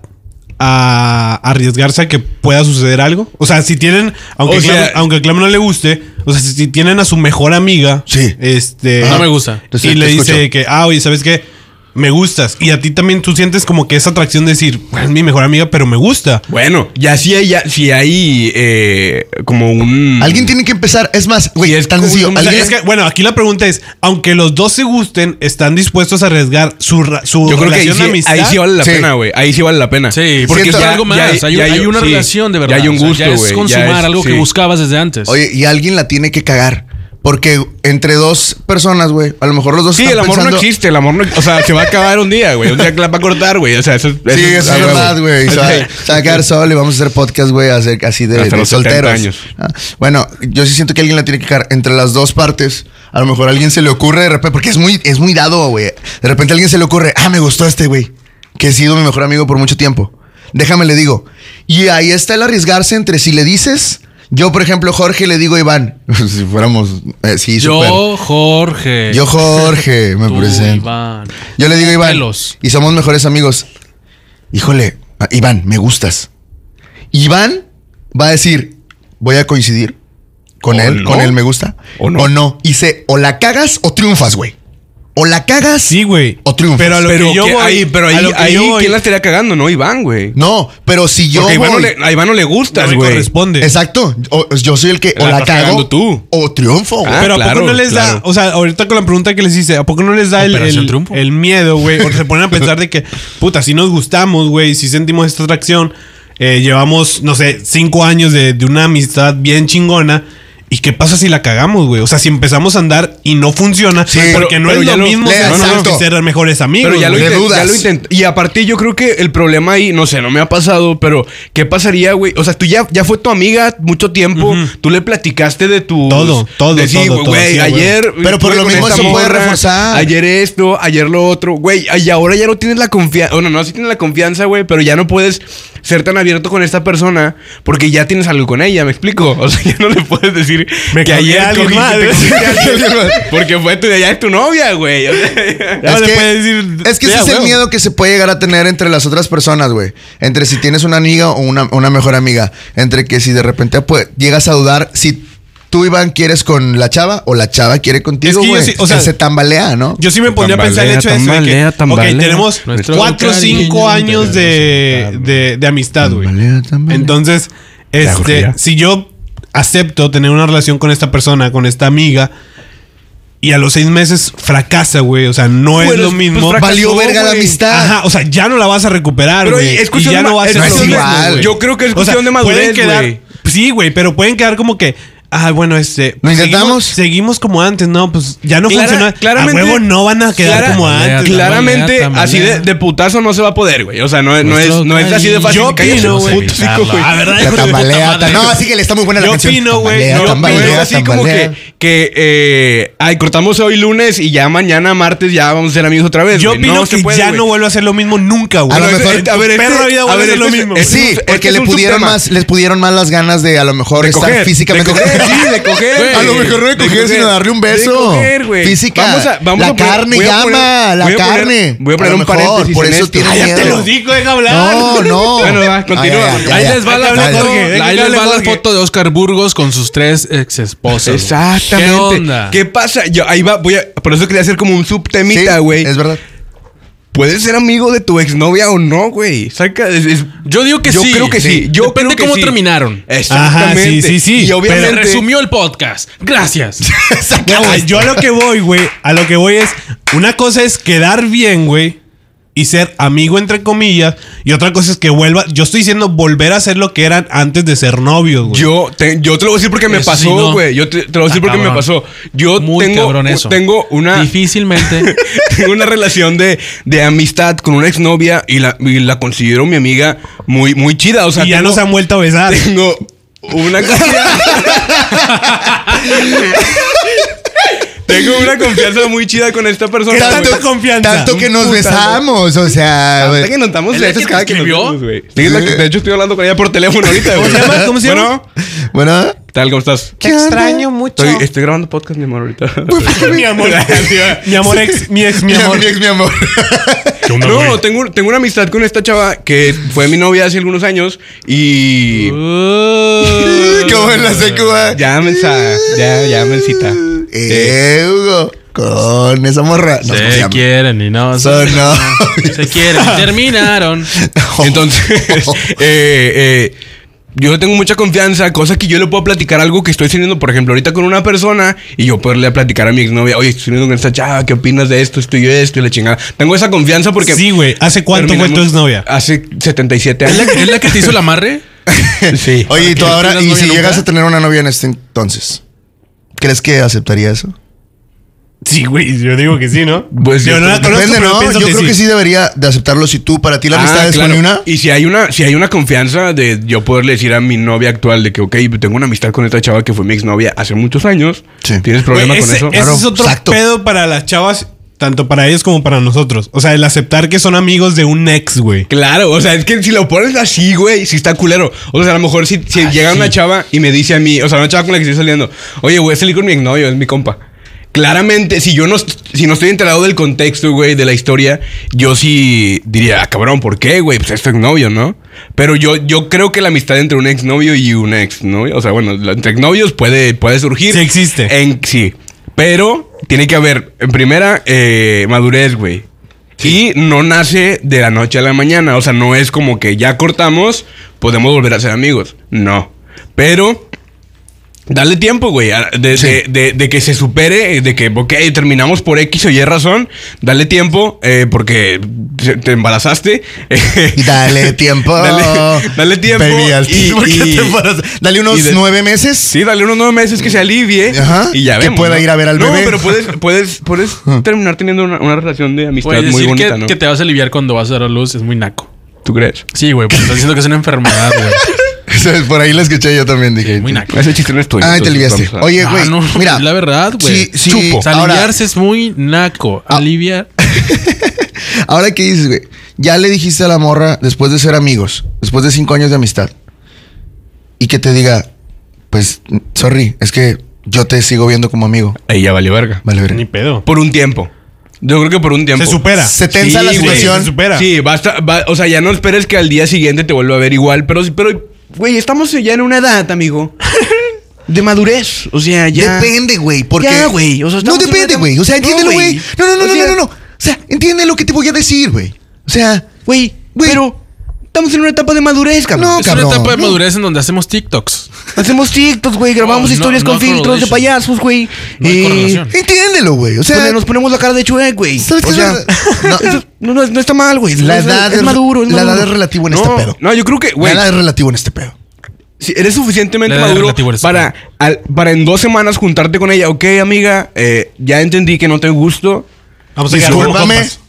Speaker 1: a arriesgarse a que pueda suceder algo. O sea, si tienen, aunque,
Speaker 3: O
Speaker 1: Clam,
Speaker 3: sea-
Speaker 1: aunque Clam no le guste, o sea, si, si tienen a su mejor amiga,
Speaker 2: Sí.
Speaker 1: este,
Speaker 2: Ajá.
Speaker 4: No me gusta.
Speaker 2: Te- te
Speaker 1: y le
Speaker 2: escucho.
Speaker 1: dice que, ah, oye, ¿sabes qué? Me gustas. Y a ti también tú sientes como que esa atracción de decir, "Ah, es mi mejor amiga, pero me gusta.
Speaker 3: Bueno, ya sí hay, ya, sí hay eh, como un.
Speaker 2: así. Alguien tiene que empezar. Es más, güey,
Speaker 3: Sí,
Speaker 2: es
Speaker 3: es
Speaker 2: tan
Speaker 3: como
Speaker 2: sencillo.
Speaker 3: un-
Speaker 1: O sea,
Speaker 2: Alguien-
Speaker 1: es que, bueno, aquí la pregunta es, aunque los dos se gusten, ¿están dispuestos a arriesgar su, ra- su
Speaker 3: Yo creo que ahí
Speaker 1: relación de
Speaker 3: sí,
Speaker 1: amistad?
Speaker 3: ahí sí vale la
Speaker 2: Sí.
Speaker 3: pena, güey. Ahí sí vale la pena.
Speaker 4: Sí, porque
Speaker 2: Siento-
Speaker 4: ya
Speaker 2: ya-
Speaker 4: hay algo más.
Speaker 3: ya hay-
Speaker 4: hay,
Speaker 3: ya
Speaker 4: hay
Speaker 3: hay-
Speaker 4: una
Speaker 3: sí,
Speaker 4: relación de
Speaker 3: ya
Speaker 4: verdad.
Speaker 3: hay un
Speaker 4: O sea,
Speaker 3: gusto,
Speaker 4: ya es
Speaker 3: güey, ya
Speaker 4: consumar
Speaker 3: es-
Speaker 4: algo que
Speaker 3: sí.
Speaker 4: buscabas desde antes.
Speaker 2: Oye, y alguien la tiene que cagar. Porque entre dos personas, güey, a lo mejor los dos
Speaker 3: Sí,
Speaker 2: están
Speaker 3: el amor
Speaker 2: pensando-
Speaker 3: no existe, el amor no O sea, se va a acabar un día, güey. Un día que la va a cortar, güey. O sea, eso,
Speaker 2: Sí, eso es
Speaker 3: a huevo.
Speaker 2: verdad, güey. Se va, se va a quedar solo y vamos a hacer podcast, güey, hacer así de,
Speaker 3: Hasta
Speaker 2: de
Speaker 3: los 70
Speaker 2: solteros.
Speaker 3: años.
Speaker 2: Ah, Bueno, yo sí siento que alguien la tiene que cagar entre las dos partes. A lo mejor a alguien se le ocurre de repente, porque es muy, es muy dado, güey. De repente a alguien se le ocurre, ah, me gustó este, güey, que he sido mi mejor amigo por mucho tiempo. Déjame le digo. Y ahí está el arriesgarse entre si le dices. Yo, por ejemplo, Jorge, le digo a Iván. si fuéramos, eh, sí, súper.
Speaker 4: yo, Jorge.
Speaker 2: Yo, Jorge, me
Speaker 4: tú,
Speaker 2: presento.
Speaker 4: Iván.
Speaker 2: Yo le digo a Iván.
Speaker 4: Pelos.
Speaker 2: Y somos mejores amigos. Híjole, ah, Iván, me gustas. Iván va a decir, voy a coincidir con
Speaker 3: ¿O
Speaker 2: él,
Speaker 3: no?
Speaker 2: con él me gusta.
Speaker 3: ¿O no?
Speaker 2: Y sé, o la cagas o triunfas, güey. O la cagas.
Speaker 1: Sí, güey.
Speaker 2: O triunfas.
Speaker 1: Pero a lo
Speaker 3: Pero,
Speaker 1: que yo
Speaker 3: que
Speaker 1: voy,
Speaker 3: ahí, pero
Speaker 1: a
Speaker 3: ahí,
Speaker 1: lo que
Speaker 3: ahí
Speaker 1: yo voy,
Speaker 3: ¿quién la estaría cagando? No, Iván, güey.
Speaker 2: No, pero si yo
Speaker 3: Porque a Iván no,
Speaker 2: voy-
Speaker 3: le, a Iván no le
Speaker 1: no
Speaker 3: gustas,
Speaker 1: me
Speaker 3: güey.
Speaker 1: corresponde.
Speaker 2: Exacto. O- yo soy el que o
Speaker 3: La
Speaker 2: la
Speaker 3: estás
Speaker 2: cago
Speaker 3: cagando tú.
Speaker 2: o triunfo, güey.
Speaker 3: Ah,
Speaker 1: pero ¿a
Speaker 3: claro,
Speaker 1: poco no les da,
Speaker 3: claro.
Speaker 1: o sea, ahorita con la pregunta que les hice, ¿a poco no les da el,
Speaker 4: Operación
Speaker 1: el-
Speaker 4: Triunfo.
Speaker 1: el miedo, güey? O se ponen a pensar de que, puta, si nos gustamos, güey, si sentimos esta atracción, eh, llevamos, no sé, cinco años de, de una amistad bien chingona. ¿Y qué pasa si la cagamos, güey? O sea, si empezamos a andar y no funciona,
Speaker 2: Sí,
Speaker 1: porque
Speaker 3: pero-
Speaker 1: no
Speaker 3: pero
Speaker 1: es
Speaker 3: ya
Speaker 1: lo,
Speaker 3: lo-
Speaker 1: mismo
Speaker 2: le-
Speaker 1: ser amigos
Speaker 2: exacto.
Speaker 1: que ser mejores amigos.
Speaker 3: Pero ya lo,
Speaker 1: güey.
Speaker 2: de
Speaker 3: intent-
Speaker 2: dudas.
Speaker 3: ya lo intentó. Y aparte, yo creo que el problema ahí, no sé, no me ha pasado, pero ¿qué pasaría, güey? O sea, tú ya, ya fue tu amiga mucho tiempo, tú le platicaste de tu.
Speaker 1: Todo, todo,
Speaker 3: de, sí,
Speaker 1: todo,
Speaker 3: güey,
Speaker 1: todo,
Speaker 3: güey,
Speaker 1: sí, güey.
Speaker 3: ayer.
Speaker 2: Pero por
Speaker 3: estuve
Speaker 2: lo
Speaker 3: con
Speaker 2: mismo
Speaker 3: esta
Speaker 2: eso puede
Speaker 3: morra,
Speaker 2: reforzar.
Speaker 3: Ayer esto, ayer lo otro, güey. Y ahora ya no tienes la confianza. Bueno, no, sí tienes la confianza, güey, pero ya no puedes ser tan abierto con esta persona porque ya tienes algo con ella, ¿me explico? O sea, ya no le puedes decir
Speaker 1: Me
Speaker 3: que
Speaker 1: cogí
Speaker 3: ayer
Speaker 1: a alguien
Speaker 3: cogiste-
Speaker 1: más.
Speaker 3: te cogiste a alguien más, Porque fue tu, ya es tu novia, güey. O sea,
Speaker 1: Ya
Speaker 2: Es
Speaker 1: le
Speaker 2: que-
Speaker 1: puedes decir,
Speaker 2: Es que
Speaker 1: "Ya,
Speaker 2: ese es el
Speaker 1: güey".
Speaker 2: miedo que se puede llegar a tener entre las otras personas, güey. Entre si tienes una amiga o una, una mejor amiga. Entre que si de repente pues, llegas a dudar si tú, Iván, quieres con la chava o la chava quiere
Speaker 1: Es
Speaker 2: contigo,
Speaker 1: que yo
Speaker 2: güey.
Speaker 1: sí, o sea,
Speaker 2: se tambalea, ¿no?
Speaker 1: Yo sí me pondría a pensar el hecho de eso. de que,
Speaker 4: tambalea, tambalea.
Speaker 1: ok, tenemos
Speaker 4: Nuestro
Speaker 1: 4 o
Speaker 4: cariño
Speaker 1: 5 años
Speaker 4: te
Speaker 1: de, de, de amistad, güey.
Speaker 2: Tambalea, tambalea.
Speaker 1: Entonces, este,
Speaker 3: gorría.
Speaker 1: si yo acepto tener una relación con esta persona, con esta amiga, y a los seis meses fracasa, güey. O sea, no es
Speaker 3: Bueno,
Speaker 1: lo
Speaker 3: pues
Speaker 1: mismo.
Speaker 3: fracasó,
Speaker 2: Valió verga la
Speaker 3: güey.
Speaker 2: amistad.
Speaker 1: Ajá, o sea, ya no la vas a recuperar,
Speaker 3: Pero
Speaker 1: güey.
Speaker 3: es
Speaker 1: y
Speaker 3: cuestión
Speaker 1: ya
Speaker 3: de
Speaker 1: no
Speaker 3: ma-
Speaker 1: va a
Speaker 3: es
Speaker 1: ser lo
Speaker 2: cuestión de-
Speaker 1: mismo, güey.
Speaker 3: yo creo que es cuestión de madurez,
Speaker 1: pueden quedar-
Speaker 3: güey.
Speaker 1: Sí, güey, pero pueden quedar como que. Ah, bueno, este.
Speaker 2: ¿Lo
Speaker 1: seguimos-
Speaker 2: intentamos?
Speaker 1: Seguimos, como antes, no, pues ya no
Speaker 3: Clara-
Speaker 1: funciona.
Speaker 3: claramente-
Speaker 1: a huevo no van a quedar
Speaker 3: Clara-
Speaker 1: como antes. güey.
Speaker 3: Claramente,
Speaker 4: Tambalea, tambalea.
Speaker 3: así de, de putazo no se va a poder, güey. O sea, no, es- no, es,
Speaker 4: Nuestro
Speaker 3: no es así de fácil.
Speaker 1: Yo
Speaker 3: Cállate,
Speaker 1: opino,
Speaker 3: no sé,
Speaker 1: güey.
Speaker 3: pinche pico, güey.
Speaker 1: La verdad, hijo
Speaker 2: La
Speaker 1: de puta
Speaker 2: tambalea,
Speaker 1: madre.
Speaker 2: tam- No, así que le está muy buena la
Speaker 1: Yo
Speaker 2: canción.
Speaker 1: opino, güey,
Speaker 2: Tambalea,
Speaker 1: yo
Speaker 3: No,
Speaker 2: tambalea,
Speaker 3: es así como
Speaker 2: tambalea.
Speaker 3: que, que eh, ay, cortamos hoy lunes y ya mañana martes ya vamos a ser amigos otra vez.
Speaker 1: Yo
Speaker 3: güey.
Speaker 1: opino
Speaker 3: No se
Speaker 1: que
Speaker 3: puede,
Speaker 1: ya
Speaker 3: güey.
Speaker 1: no vuelvo a hacer lo mismo nunca, güey.
Speaker 2: A lo
Speaker 1: No,
Speaker 2: mejor-
Speaker 1: en
Speaker 3: a
Speaker 1: tu
Speaker 3: ver, este-
Speaker 1: perra vida
Speaker 3: a
Speaker 1: vuelve a
Speaker 3: ver,
Speaker 1: ser lo
Speaker 3: este-
Speaker 1: mismo.
Speaker 3: este-
Speaker 2: Sí,
Speaker 3: es un-
Speaker 2: porque
Speaker 3: es
Speaker 2: le
Speaker 3: un
Speaker 2: pudieron
Speaker 3: subtema.
Speaker 2: más, les pudieron más las ganas de a lo mejor
Speaker 3: De
Speaker 2: estar
Speaker 3: coger,
Speaker 2: físicamente.
Speaker 3: de coger, sí, de coger,
Speaker 2: a lo
Speaker 3: güey.
Speaker 2: mejor no de coger, sino darle un beso.
Speaker 3: De coger, güey.
Speaker 2: Física.
Speaker 3: Vamos a- vamos
Speaker 2: la
Speaker 3: a poner-
Speaker 2: carne
Speaker 3: voy a
Speaker 2: llama,
Speaker 3: poner-
Speaker 2: la
Speaker 3: voy a poner-
Speaker 2: carne.
Speaker 3: voy a poner
Speaker 2: lo
Speaker 3: un
Speaker 2: mejor,
Speaker 3: paréntesis
Speaker 2: Por
Speaker 3: en
Speaker 2: eso
Speaker 3: esto. Ah,
Speaker 2: tiene
Speaker 1: Ay, ya te
Speaker 2: miedo.
Speaker 1: lo digo, deja hablar.
Speaker 2: No, no.
Speaker 3: Bueno, va,
Speaker 2: Ay,
Speaker 3: continúa,
Speaker 2: ay,
Speaker 3: porque-
Speaker 2: ay,
Speaker 4: Ahí
Speaker 2: ay,
Speaker 4: les va la
Speaker 2: ay,
Speaker 1: foto,
Speaker 2: ay.
Speaker 1: Jorge. deja
Speaker 4: Ahí
Speaker 1: que
Speaker 4: les
Speaker 1: hable
Speaker 4: va la
Speaker 1: Jorge.
Speaker 4: foto de Oscar Burgos con sus tres ex esposas.
Speaker 3: Exactamente.
Speaker 4: ¿Qué onda?
Speaker 3: ¿Qué pasa? Yo ahí va, voy a, por eso quería hacer como un subtemita,
Speaker 2: Sí,
Speaker 3: güey.
Speaker 2: Es verdad.
Speaker 3: Puedes ser amigo de tu exnovia o no, güey. Saca, es- es-
Speaker 4: Yo digo que
Speaker 3: yo
Speaker 4: sí.
Speaker 3: creo que sí. Yo
Speaker 4: Depende
Speaker 3: creo que
Speaker 4: cómo
Speaker 3: sí.
Speaker 4: terminaron.
Speaker 3: Exactamente.
Speaker 1: Ajá, Ah, sí, sí, sí.
Speaker 3: Y obviamente.
Speaker 4: Pero resumió el podcast. Gracias.
Speaker 1: No, güey, yo a lo que voy, güey, a lo que voy es, una cosa es quedar bien, güey, y ser amigo entre comillas. Y otra cosa es que vuelva. Yo estoy diciendo volver a ser lo que eran antes de ser novios, güey.
Speaker 3: Yo te, yo te lo voy a decir porque me
Speaker 4: Eso sí,
Speaker 3: pasó,
Speaker 4: no.
Speaker 3: güey. Yo te, te lo voy a decir
Speaker 4: Está
Speaker 3: porque me
Speaker 4: cabrón.
Speaker 3: pasó. Yo
Speaker 4: Muy
Speaker 3: tengo,
Speaker 4: cabrón eso.
Speaker 3: tengo una
Speaker 4: Difícilmente.
Speaker 3: tengo una relación de, de amistad con una exnovia y la, y la considero mi amiga muy, muy chida. O sea,
Speaker 1: y ya
Speaker 3: tengo-
Speaker 1: nos han vuelto a besar.
Speaker 3: Tengo una confianza. tengo una confianza muy chida con esta persona.
Speaker 1: ¿Qué tanta
Speaker 3: güey.
Speaker 1: confianza?
Speaker 2: Tanto que nos
Speaker 3: Puta,
Speaker 2: besamos, o sea.
Speaker 3: Hasta
Speaker 2: güey.
Speaker 3: que nos damos
Speaker 4: ¿Es la
Speaker 3: besos
Speaker 4: que te
Speaker 3: cada que nos
Speaker 4: escribió?
Speaker 3: vemos, güey. Sí, es la que- de hecho, estoy hablando con ella por teléfono ahorita, güey.
Speaker 1: se llama? ¿Cómo se llama?
Speaker 3: Bueno,
Speaker 2: Bueno,
Speaker 3: ¿qué tal? ¿Cómo estás?
Speaker 5: Te extraño mucho.
Speaker 3: Estoy, estoy grabando podcast, mi amor, ahorita.
Speaker 1: mi amor. mi amor ex, mi ex, mi
Speaker 2: mi
Speaker 1: amor.
Speaker 2: amor, mi ex, mi amor.
Speaker 3: No, tengo, tengo una amistad con esta chava que fue mi novia hace algunos años y...
Speaker 4: Uh,
Speaker 2: Como en la secuela.
Speaker 3: Ya, mensa, ya, ya, mensita.
Speaker 2: Eh, Hugo, con esa morra. No, ¿cómo se
Speaker 4: Se
Speaker 2: llama?
Speaker 4: quieren y no.
Speaker 2: So,
Speaker 4: Se
Speaker 2: no.
Speaker 4: se quieren. y Terminaron.
Speaker 3: Entonces, eh, eh, yo tengo mucha confianza, cosa que yo le puedo platicar algo que estoy sintiendo, por ejemplo, ahorita con una persona y yo poderle platicar a mi exnovia, oye, estoy sintiendo con esta chava, ¿qué opinas de esto? Estoy yo esto y la chingada. Tengo esa confianza porque...
Speaker 1: Sí, güey. ¿Hace cuánto fue tu
Speaker 3: terminamos
Speaker 1: exnovia?
Speaker 3: Hace 77
Speaker 4: ¿Es la,
Speaker 3: años.
Speaker 4: es la que te hizo el amarre?
Speaker 3: sí.
Speaker 2: Oye, y tú
Speaker 4: ¿Que no
Speaker 2: ahora, y
Speaker 4: tienes novia
Speaker 2: si
Speaker 4: nunca?
Speaker 2: llegas a tener una novia en este entonces, ¿crees que aceptaría eso?
Speaker 1: Sí, güey. Yo digo que sí, ¿no?
Speaker 3: Pues
Speaker 1: yo
Speaker 3: yo-
Speaker 1: no la conozco,
Speaker 2: Depende,
Speaker 1: pero
Speaker 2: ¿no?
Speaker 1: pienso
Speaker 2: Yo creo que sí debería de aceptarlo si tú, para ti la amistad
Speaker 3: Ah,
Speaker 2: es con
Speaker 3: claro.
Speaker 2: una.
Speaker 3: Y si hay una, si hay una confianza de yo poderle decir a mi novia actual de que, ok, tengo una amistad con esta chava que fue mi exnovia hace muchos años.
Speaker 2: Sí.
Speaker 3: ¿Tienes problema
Speaker 1: Güey,
Speaker 3: con
Speaker 1: ese,
Speaker 3: eso?
Speaker 1: ese
Speaker 2: Claro,
Speaker 1: es otro
Speaker 2: exacto.
Speaker 1: pedo para las chavas, tanto para ellos como para nosotros. O sea, el aceptar que son amigos de un ex, güey.
Speaker 3: Claro, o sea, es que si lo pones así, güey, si está culero. O sea, a lo mejor si, si llega una chava y me dice a mí, o sea, una chava con la que estoy saliendo, oye, voy a salir con mi exnovio, es mi compa. Claramente, si yo no, est- si no estoy enterado del contexto, güey, de la historia, yo sí diría, ah, cabrón, ¿por qué, güey? Pues es tu exnovio, ¿no? Pero yo, yo creo que la amistad entre un exnovio y un exnovio, o sea, bueno, la- entre exnovios puede, puede surgir.
Speaker 1: Sí existe.
Speaker 3: En, sí. Pero tiene que haber, en primera, eh, madurez, güey. Y no nace de la noche a la mañana. O sea, no es como que ya cortamos, podemos volver a ser amigos. No. Pero Dale tiempo, güey, a- de,
Speaker 2: Sí.
Speaker 3: de- de- de que se supere, eh, de que, ok, terminamos por X o Y razón, dale tiempo, eh, porque se- te embarazaste.
Speaker 2: Y dale tiempo.
Speaker 3: Dale, dale tiempo.
Speaker 2: Baby, al
Speaker 3: y-
Speaker 2: tiempo que
Speaker 3: y-
Speaker 2: te embarazas. Dale unos
Speaker 3: y de-
Speaker 2: nueve meses.
Speaker 3: Sí, dale unos nueve meses que se alivie
Speaker 2: Ajá,
Speaker 3: y ya
Speaker 2: que
Speaker 3: vemos,
Speaker 2: pueda
Speaker 3: ¿no?
Speaker 2: ir a ver al
Speaker 3: no,
Speaker 2: bebé.
Speaker 3: pero puedes, puedes, puedes terminar teniendo una, una relación de amistad
Speaker 4: Güey, decir
Speaker 3: muy bonita,
Speaker 4: que,
Speaker 3: ¿no?
Speaker 4: que te vas a aliviar cuando vas a dar a luz es muy naco.
Speaker 3: ¿Tú crees?
Speaker 4: Sí, güey, porque estás diciendo que es una enfermedad, güey.
Speaker 2: Por ahí la escuché yo también. Dije,
Speaker 4: Muy naco.
Speaker 3: Ese chiste no es tuyo.
Speaker 2: Ah, te
Speaker 3: entonces
Speaker 2: aliviaste.
Speaker 3: vamos a-
Speaker 2: Oye,
Speaker 4: Ah,
Speaker 2: güey,
Speaker 4: no,
Speaker 2: mira.
Speaker 4: es la verdad, güey.
Speaker 2: Sí, sí,
Speaker 4: Chupo. O sea,
Speaker 2: ahora- Ah,
Speaker 4: aliviarse es muy naco. Aliviar.
Speaker 2: Ahora, ¿qué dices, güey? Ya le dijiste a la morra, después de ser amigos, después de cinco años de amistad, y que te diga, pues, sorry, es que yo te sigo viendo como amigo.
Speaker 3: Ahí ya valió verga.
Speaker 2: Vale,
Speaker 1: Ni
Speaker 2: verga.
Speaker 1: pedo.
Speaker 3: Por un tiempo. Yo creo que por un tiempo.
Speaker 1: Se supera.
Speaker 2: Se tensa la
Speaker 3: güey,
Speaker 2: situación.
Speaker 1: se supera.
Speaker 3: Sí, basta. va- o sea, ya no esperes que al día siguiente te vuelva a ver igual. Pero, pero güey, estamos ya en una edad, amigo. De madurez. O sea, ya.
Speaker 2: Depende, güey, porque...
Speaker 3: Ya, güey, o sea,
Speaker 2: no
Speaker 3: estamos en
Speaker 2: depende,
Speaker 3: una-
Speaker 2: güey. O sea,
Speaker 3: No,
Speaker 2: entiéndelo,
Speaker 3: güey.
Speaker 2: güey. No, no, no,
Speaker 3: O
Speaker 2: no,
Speaker 3: sea-
Speaker 2: no, no, no. O sea, entiende lo que te voy a decir, güey. O sea,
Speaker 3: Güey,
Speaker 2: Güey.
Speaker 3: pero estamos en una etapa de madurez, cabrón.
Speaker 2: No,
Speaker 4: es
Speaker 2: cabrón,
Speaker 4: una etapa de
Speaker 2: no.
Speaker 4: madurez en donde hacemos TikToks.
Speaker 3: Hacemos TikToks, güey. Grabamos
Speaker 4: No, no,
Speaker 3: historias
Speaker 4: no
Speaker 3: con filtros
Speaker 4: correlation.
Speaker 3: de payasos, güey.
Speaker 4: No hay
Speaker 3: Eh,
Speaker 4: correlación.
Speaker 2: entiéndelo, güey. O sea,
Speaker 3: pone- nos ponemos la cara de chueco, güey.
Speaker 2: ¿sabes
Speaker 3: O
Speaker 2: qué?
Speaker 3: sea,
Speaker 2: No,
Speaker 3: no, no, no está mal, güey.
Speaker 2: la
Speaker 3: No, es-
Speaker 2: edad
Speaker 3: es, maduro. es
Speaker 2: la edad
Speaker 3: maduro.
Speaker 2: es relativa en
Speaker 3: no,
Speaker 2: este pedo.
Speaker 3: No, yo creo que,
Speaker 2: La
Speaker 3: güey.
Speaker 2: edad es relativa en este pedo.
Speaker 3: Si eres suficientemente
Speaker 4: Le da
Speaker 3: maduro
Speaker 4: relativo al
Speaker 3: para, al- para en dos semanas juntarte con ella. Ok, amiga, eh, ya entendí que no te gusto.
Speaker 1: Vamos a quedar como
Speaker 2: Discúlpame.
Speaker 1: compas.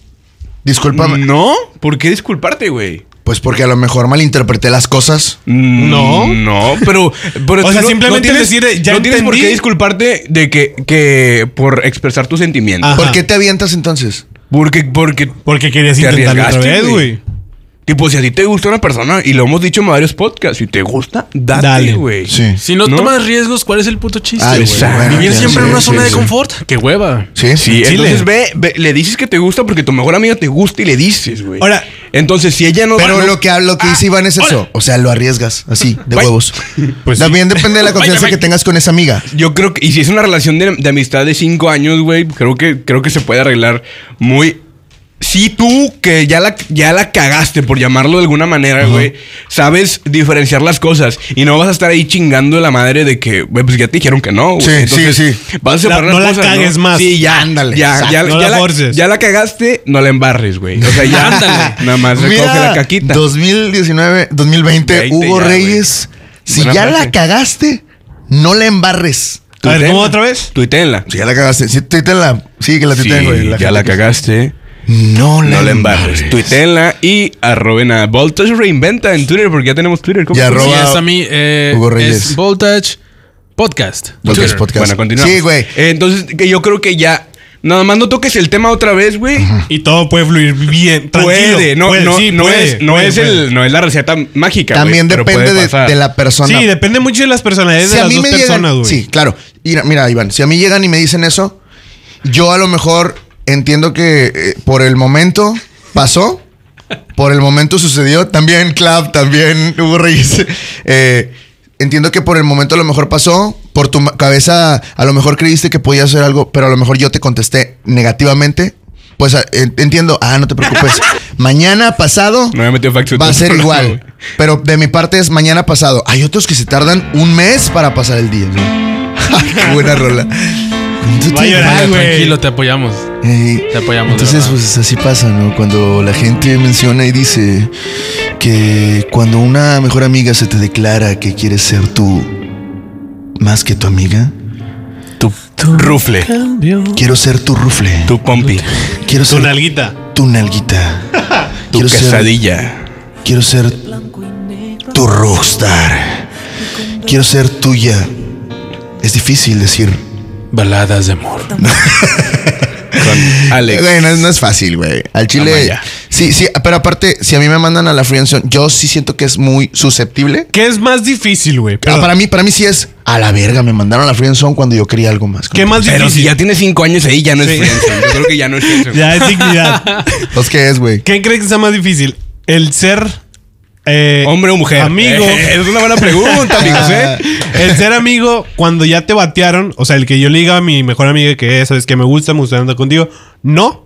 Speaker 2: Discúlpame.
Speaker 3: No, ¿por qué disculparte, güey?
Speaker 2: Pues porque a lo mejor malinterpreté las cosas.
Speaker 1: No.
Speaker 3: Mm, No, pero. pero
Speaker 1: O
Speaker 3: tú
Speaker 1: sea, simplemente decir, eh, ya
Speaker 3: no tienes por
Speaker 1: entendí.
Speaker 3: qué disculparte de que, que por expresar tus sentimientos.
Speaker 1: Ajá.
Speaker 2: ¿Por qué te avientas entonces?
Speaker 1: Ah.
Speaker 3: Porque, porque,
Speaker 1: Porque querías
Speaker 3: Te
Speaker 1: intentarlo otra
Speaker 3: arriesgaste,
Speaker 1: vez,
Speaker 3: güey.
Speaker 1: güey.
Speaker 3: tipo, si a ti te gusta una persona, y lo hemos dicho en varios podcasts, si te gusta, date,
Speaker 1: Dale.
Speaker 3: güey.
Speaker 4: Si no,
Speaker 3: ¿No?
Speaker 4: tomas riesgos, ¿cuál es el puto chiste,
Speaker 2: Ah,
Speaker 4: güey?
Speaker 2: exacto.
Speaker 4: Vivir
Speaker 2: Bueno,
Speaker 4: siempre
Speaker 2: sí,
Speaker 4: en una
Speaker 2: sí,
Speaker 4: zona de
Speaker 2: sí.
Speaker 4: confort. Qué hueva.
Speaker 2: Sí.
Speaker 3: Sí,
Speaker 1: Chile.
Speaker 3: entonces ve, ve, le dices que te gusta porque tu mejor amiga te gusta y le dices, güey.
Speaker 1: Ahora-
Speaker 3: entonces si ella no
Speaker 2: Pero
Speaker 3: no-
Speaker 2: lo que, lo que dice Iván
Speaker 3: Ah,
Speaker 2: es eso. O sea, lo arriesgas así, de huevos.
Speaker 1: Pues sí.
Speaker 2: También depende de la confianza que tengas con esa amiga.
Speaker 3: Yo creo que, y si es una relación de, de amistad de cinco años, güey, creo que, creo que se puede arreglar muy. sí tú, que ya la, ya la cagaste, por llamarlo de alguna manera, güey, sabes diferenciar las cosas y no vas a estar ahí chingando la madre de que, güey, pues ya te dijeron que no, güey.
Speaker 2: Sí, sí,
Speaker 3: Entonces,
Speaker 2: sí.
Speaker 3: Vas a separar
Speaker 1: no la
Speaker 3: las cosas,
Speaker 1: cagues más.
Speaker 3: Sí, ya,
Speaker 2: Ándale,
Speaker 3: Ya,
Speaker 2: exacto.
Speaker 3: ya,
Speaker 1: No
Speaker 3: ya
Speaker 1: la
Speaker 3: la,
Speaker 1: forces.
Speaker 3: ya la cagaste, no la embarres, güey. O sea, ya ándale. Nada más recoge
Speaker 2: Mira,
Speaker 3: la caquita.
Speaker 2: 2019, 2020,
Speaker 3: 20
Speaker 2: Hugo
Speaker 3: ya, güey.
Speaker 2: Reyes. Si
Speaker 3: Buena
Speaker 2: ya
Speaker 3: frase.
Speaker 2: la cagaste, no la embarres.
Speaker 1: A ver,
Speaker 3: Tuiteenla.
Speaker 1: ¿cómo otra vez?
Speaker 3: Tuiteenla.
Speaker 2: Si ya la cagaste, sí, tuítenla. Sí, que la
Speaker 3: Sí,
Speaker 2: tuiteen, güey.
Speaker 3: ya
Speaker 2: gente.
Speaker 3: la cagaste.
Speaker 2: No la,
Speaker 3: No la embarres. Tuiteenla y arroben a Voltage Reinventa en Twitter porque ya tenemos Twitter. ¿Cómo
Speaker 2: Y
Speaker 3: se llama?
Speaker 2: arroba-
Speaker 4: Sí, es a mí. eh,
Speaker 2: Hugo Reyes.
Speaker 4: Es Voltage Podcast.
Speaker 2: Voltage
Speaker 4: Twitter.
Speaker 2: Podcast.
Speaker 3: Bueno, continuamos.
Speaker 2: Sí, güey.
Speaker 3: Eh, entonces, que yo creo que ya. Nada más no toques el tema otra vez, güey.
Speaker 1: Y todo puede fluir bien. Tranquilo.
Speaker 3: Puede, no,
Speaker 1: puede,
Speaker 3: no,
Speaker 1: sí,
Speaker 3: no
Speaker 1: puede,
Speaker 3: es, no
Speaker 1: puede,
Speaker 3: es
Speaker 1: puede.
Speaker 3: el, no es la receta mágica. güey,
Speaker 2: También
Speaker 3: pero
Speaker 2: depende de,
Speaker 3: puede pasar.
Speaker 2: de la persona.
Speaker 1: Sí, depende mucho de las personalidades de las dos personas, güey.
Speaker 2: Sí, claro. Mira, mira, Iván, si a mí llegan y me dicen eso, yo a lo mejor entiendo que eh, por el momento pasó, por el momento sucedió, también Clap, también Hugo Reyes. eh, entiendo que por el momento a lo mejor pasó, por tu ma- cabeza a lo mejor creíste que podías hacer algo, pero a lo mejor yo te contesté negativamente. Pues ah, en- entiendo, ah, no te preocupes. Mañana pasado
Speaker 3: No me he metido facts.
Speaker 2: Va a ser
Speaker 3: No,
Speaker 2: igual.
Speaker 3: Este güey.
Speaker 2: Pero de mi parte es mañana pasado. Hay otros que se tardan un mes para pasar el día, ¿no? Ay, qué buena rola. Tú te
Speaker 1: Va a llorar,
Speaker 2: igual,
Speaker 1: güey.
Speaker 4: Ah, Tranquilo, te apoyamos.
Speaker 2: Ey,
Speaker 4: Te apoyamos,
Speaker 2: Entonces,
Speaker 4: de verdad.
Speaker 2: pues así pasa, ¿no? Cuando la gente menciona y dice que cuando una mejor amiga se te declara que quiere ser tú más que tu amiga,
Speaker 3: Rufle,
Speaker 2: quiero ser tu rufle.
Speaker 3: tu pompi,
Speaker 2: quiero
Speaker 1: Tu
Speaker 2: ser
Speaker 1: nalguita.
Speaker 2: tu nalguita.
Speaker 3: tu
Speaker 2: Quiero ser-
Speaker 3: quesadilla.
Speaker 2: Quiero ser tu rockstar. Quiero ser tuya. Es difícil decir.
Speaker 4: Baladas de amor.
Speaker 3: Con Alex.
Speaker 2: Güey, no, es- no es fácil, güey. Al chile.
Speaker 3: Amaya.
Speaker 2: Sí, sí, pero aparte, si a mí me mandan a la friendzone, yo sí siento que es muy susceptible.
Speaker 1: ¿Qué es más difícil, güey?
Speaker 2: Ah,
Speaker 1: Perdón.
Speaker 2: para mí, para mí sí es a la verga. Me mandaron a la friendzone cuando yo quería algo más.
Speaker 1: ¿Qué más
Speaker 3: Pero si
Speaker 1: difícil?
Speaker 3: ya tiene cinco años ahí, ya no es
Speaker 1: Sí.
Speaker 3: friendzone. Yo creo que ya no es friendzone.
Speaker 1: ya es dignidad.
Speaker 2: Pues, ¿qué es, güey?
Speaker 1: ¿Qué crees que sea más difícil? ¿El ser eh,
Speaker 3: Hombre o mujer.
Speaker 1: Amigo.
Speaker 3: Eh, es una buena pregunta, amigos,
Speaker 2: Ah.
Speaker 3: ¿eh?
Speaker 1: El ser amigo cuando ya te batearon, o sea, el que yo le diga a mi mejor amiga que es, sabes que me gusta, me gusta andar contigo, no.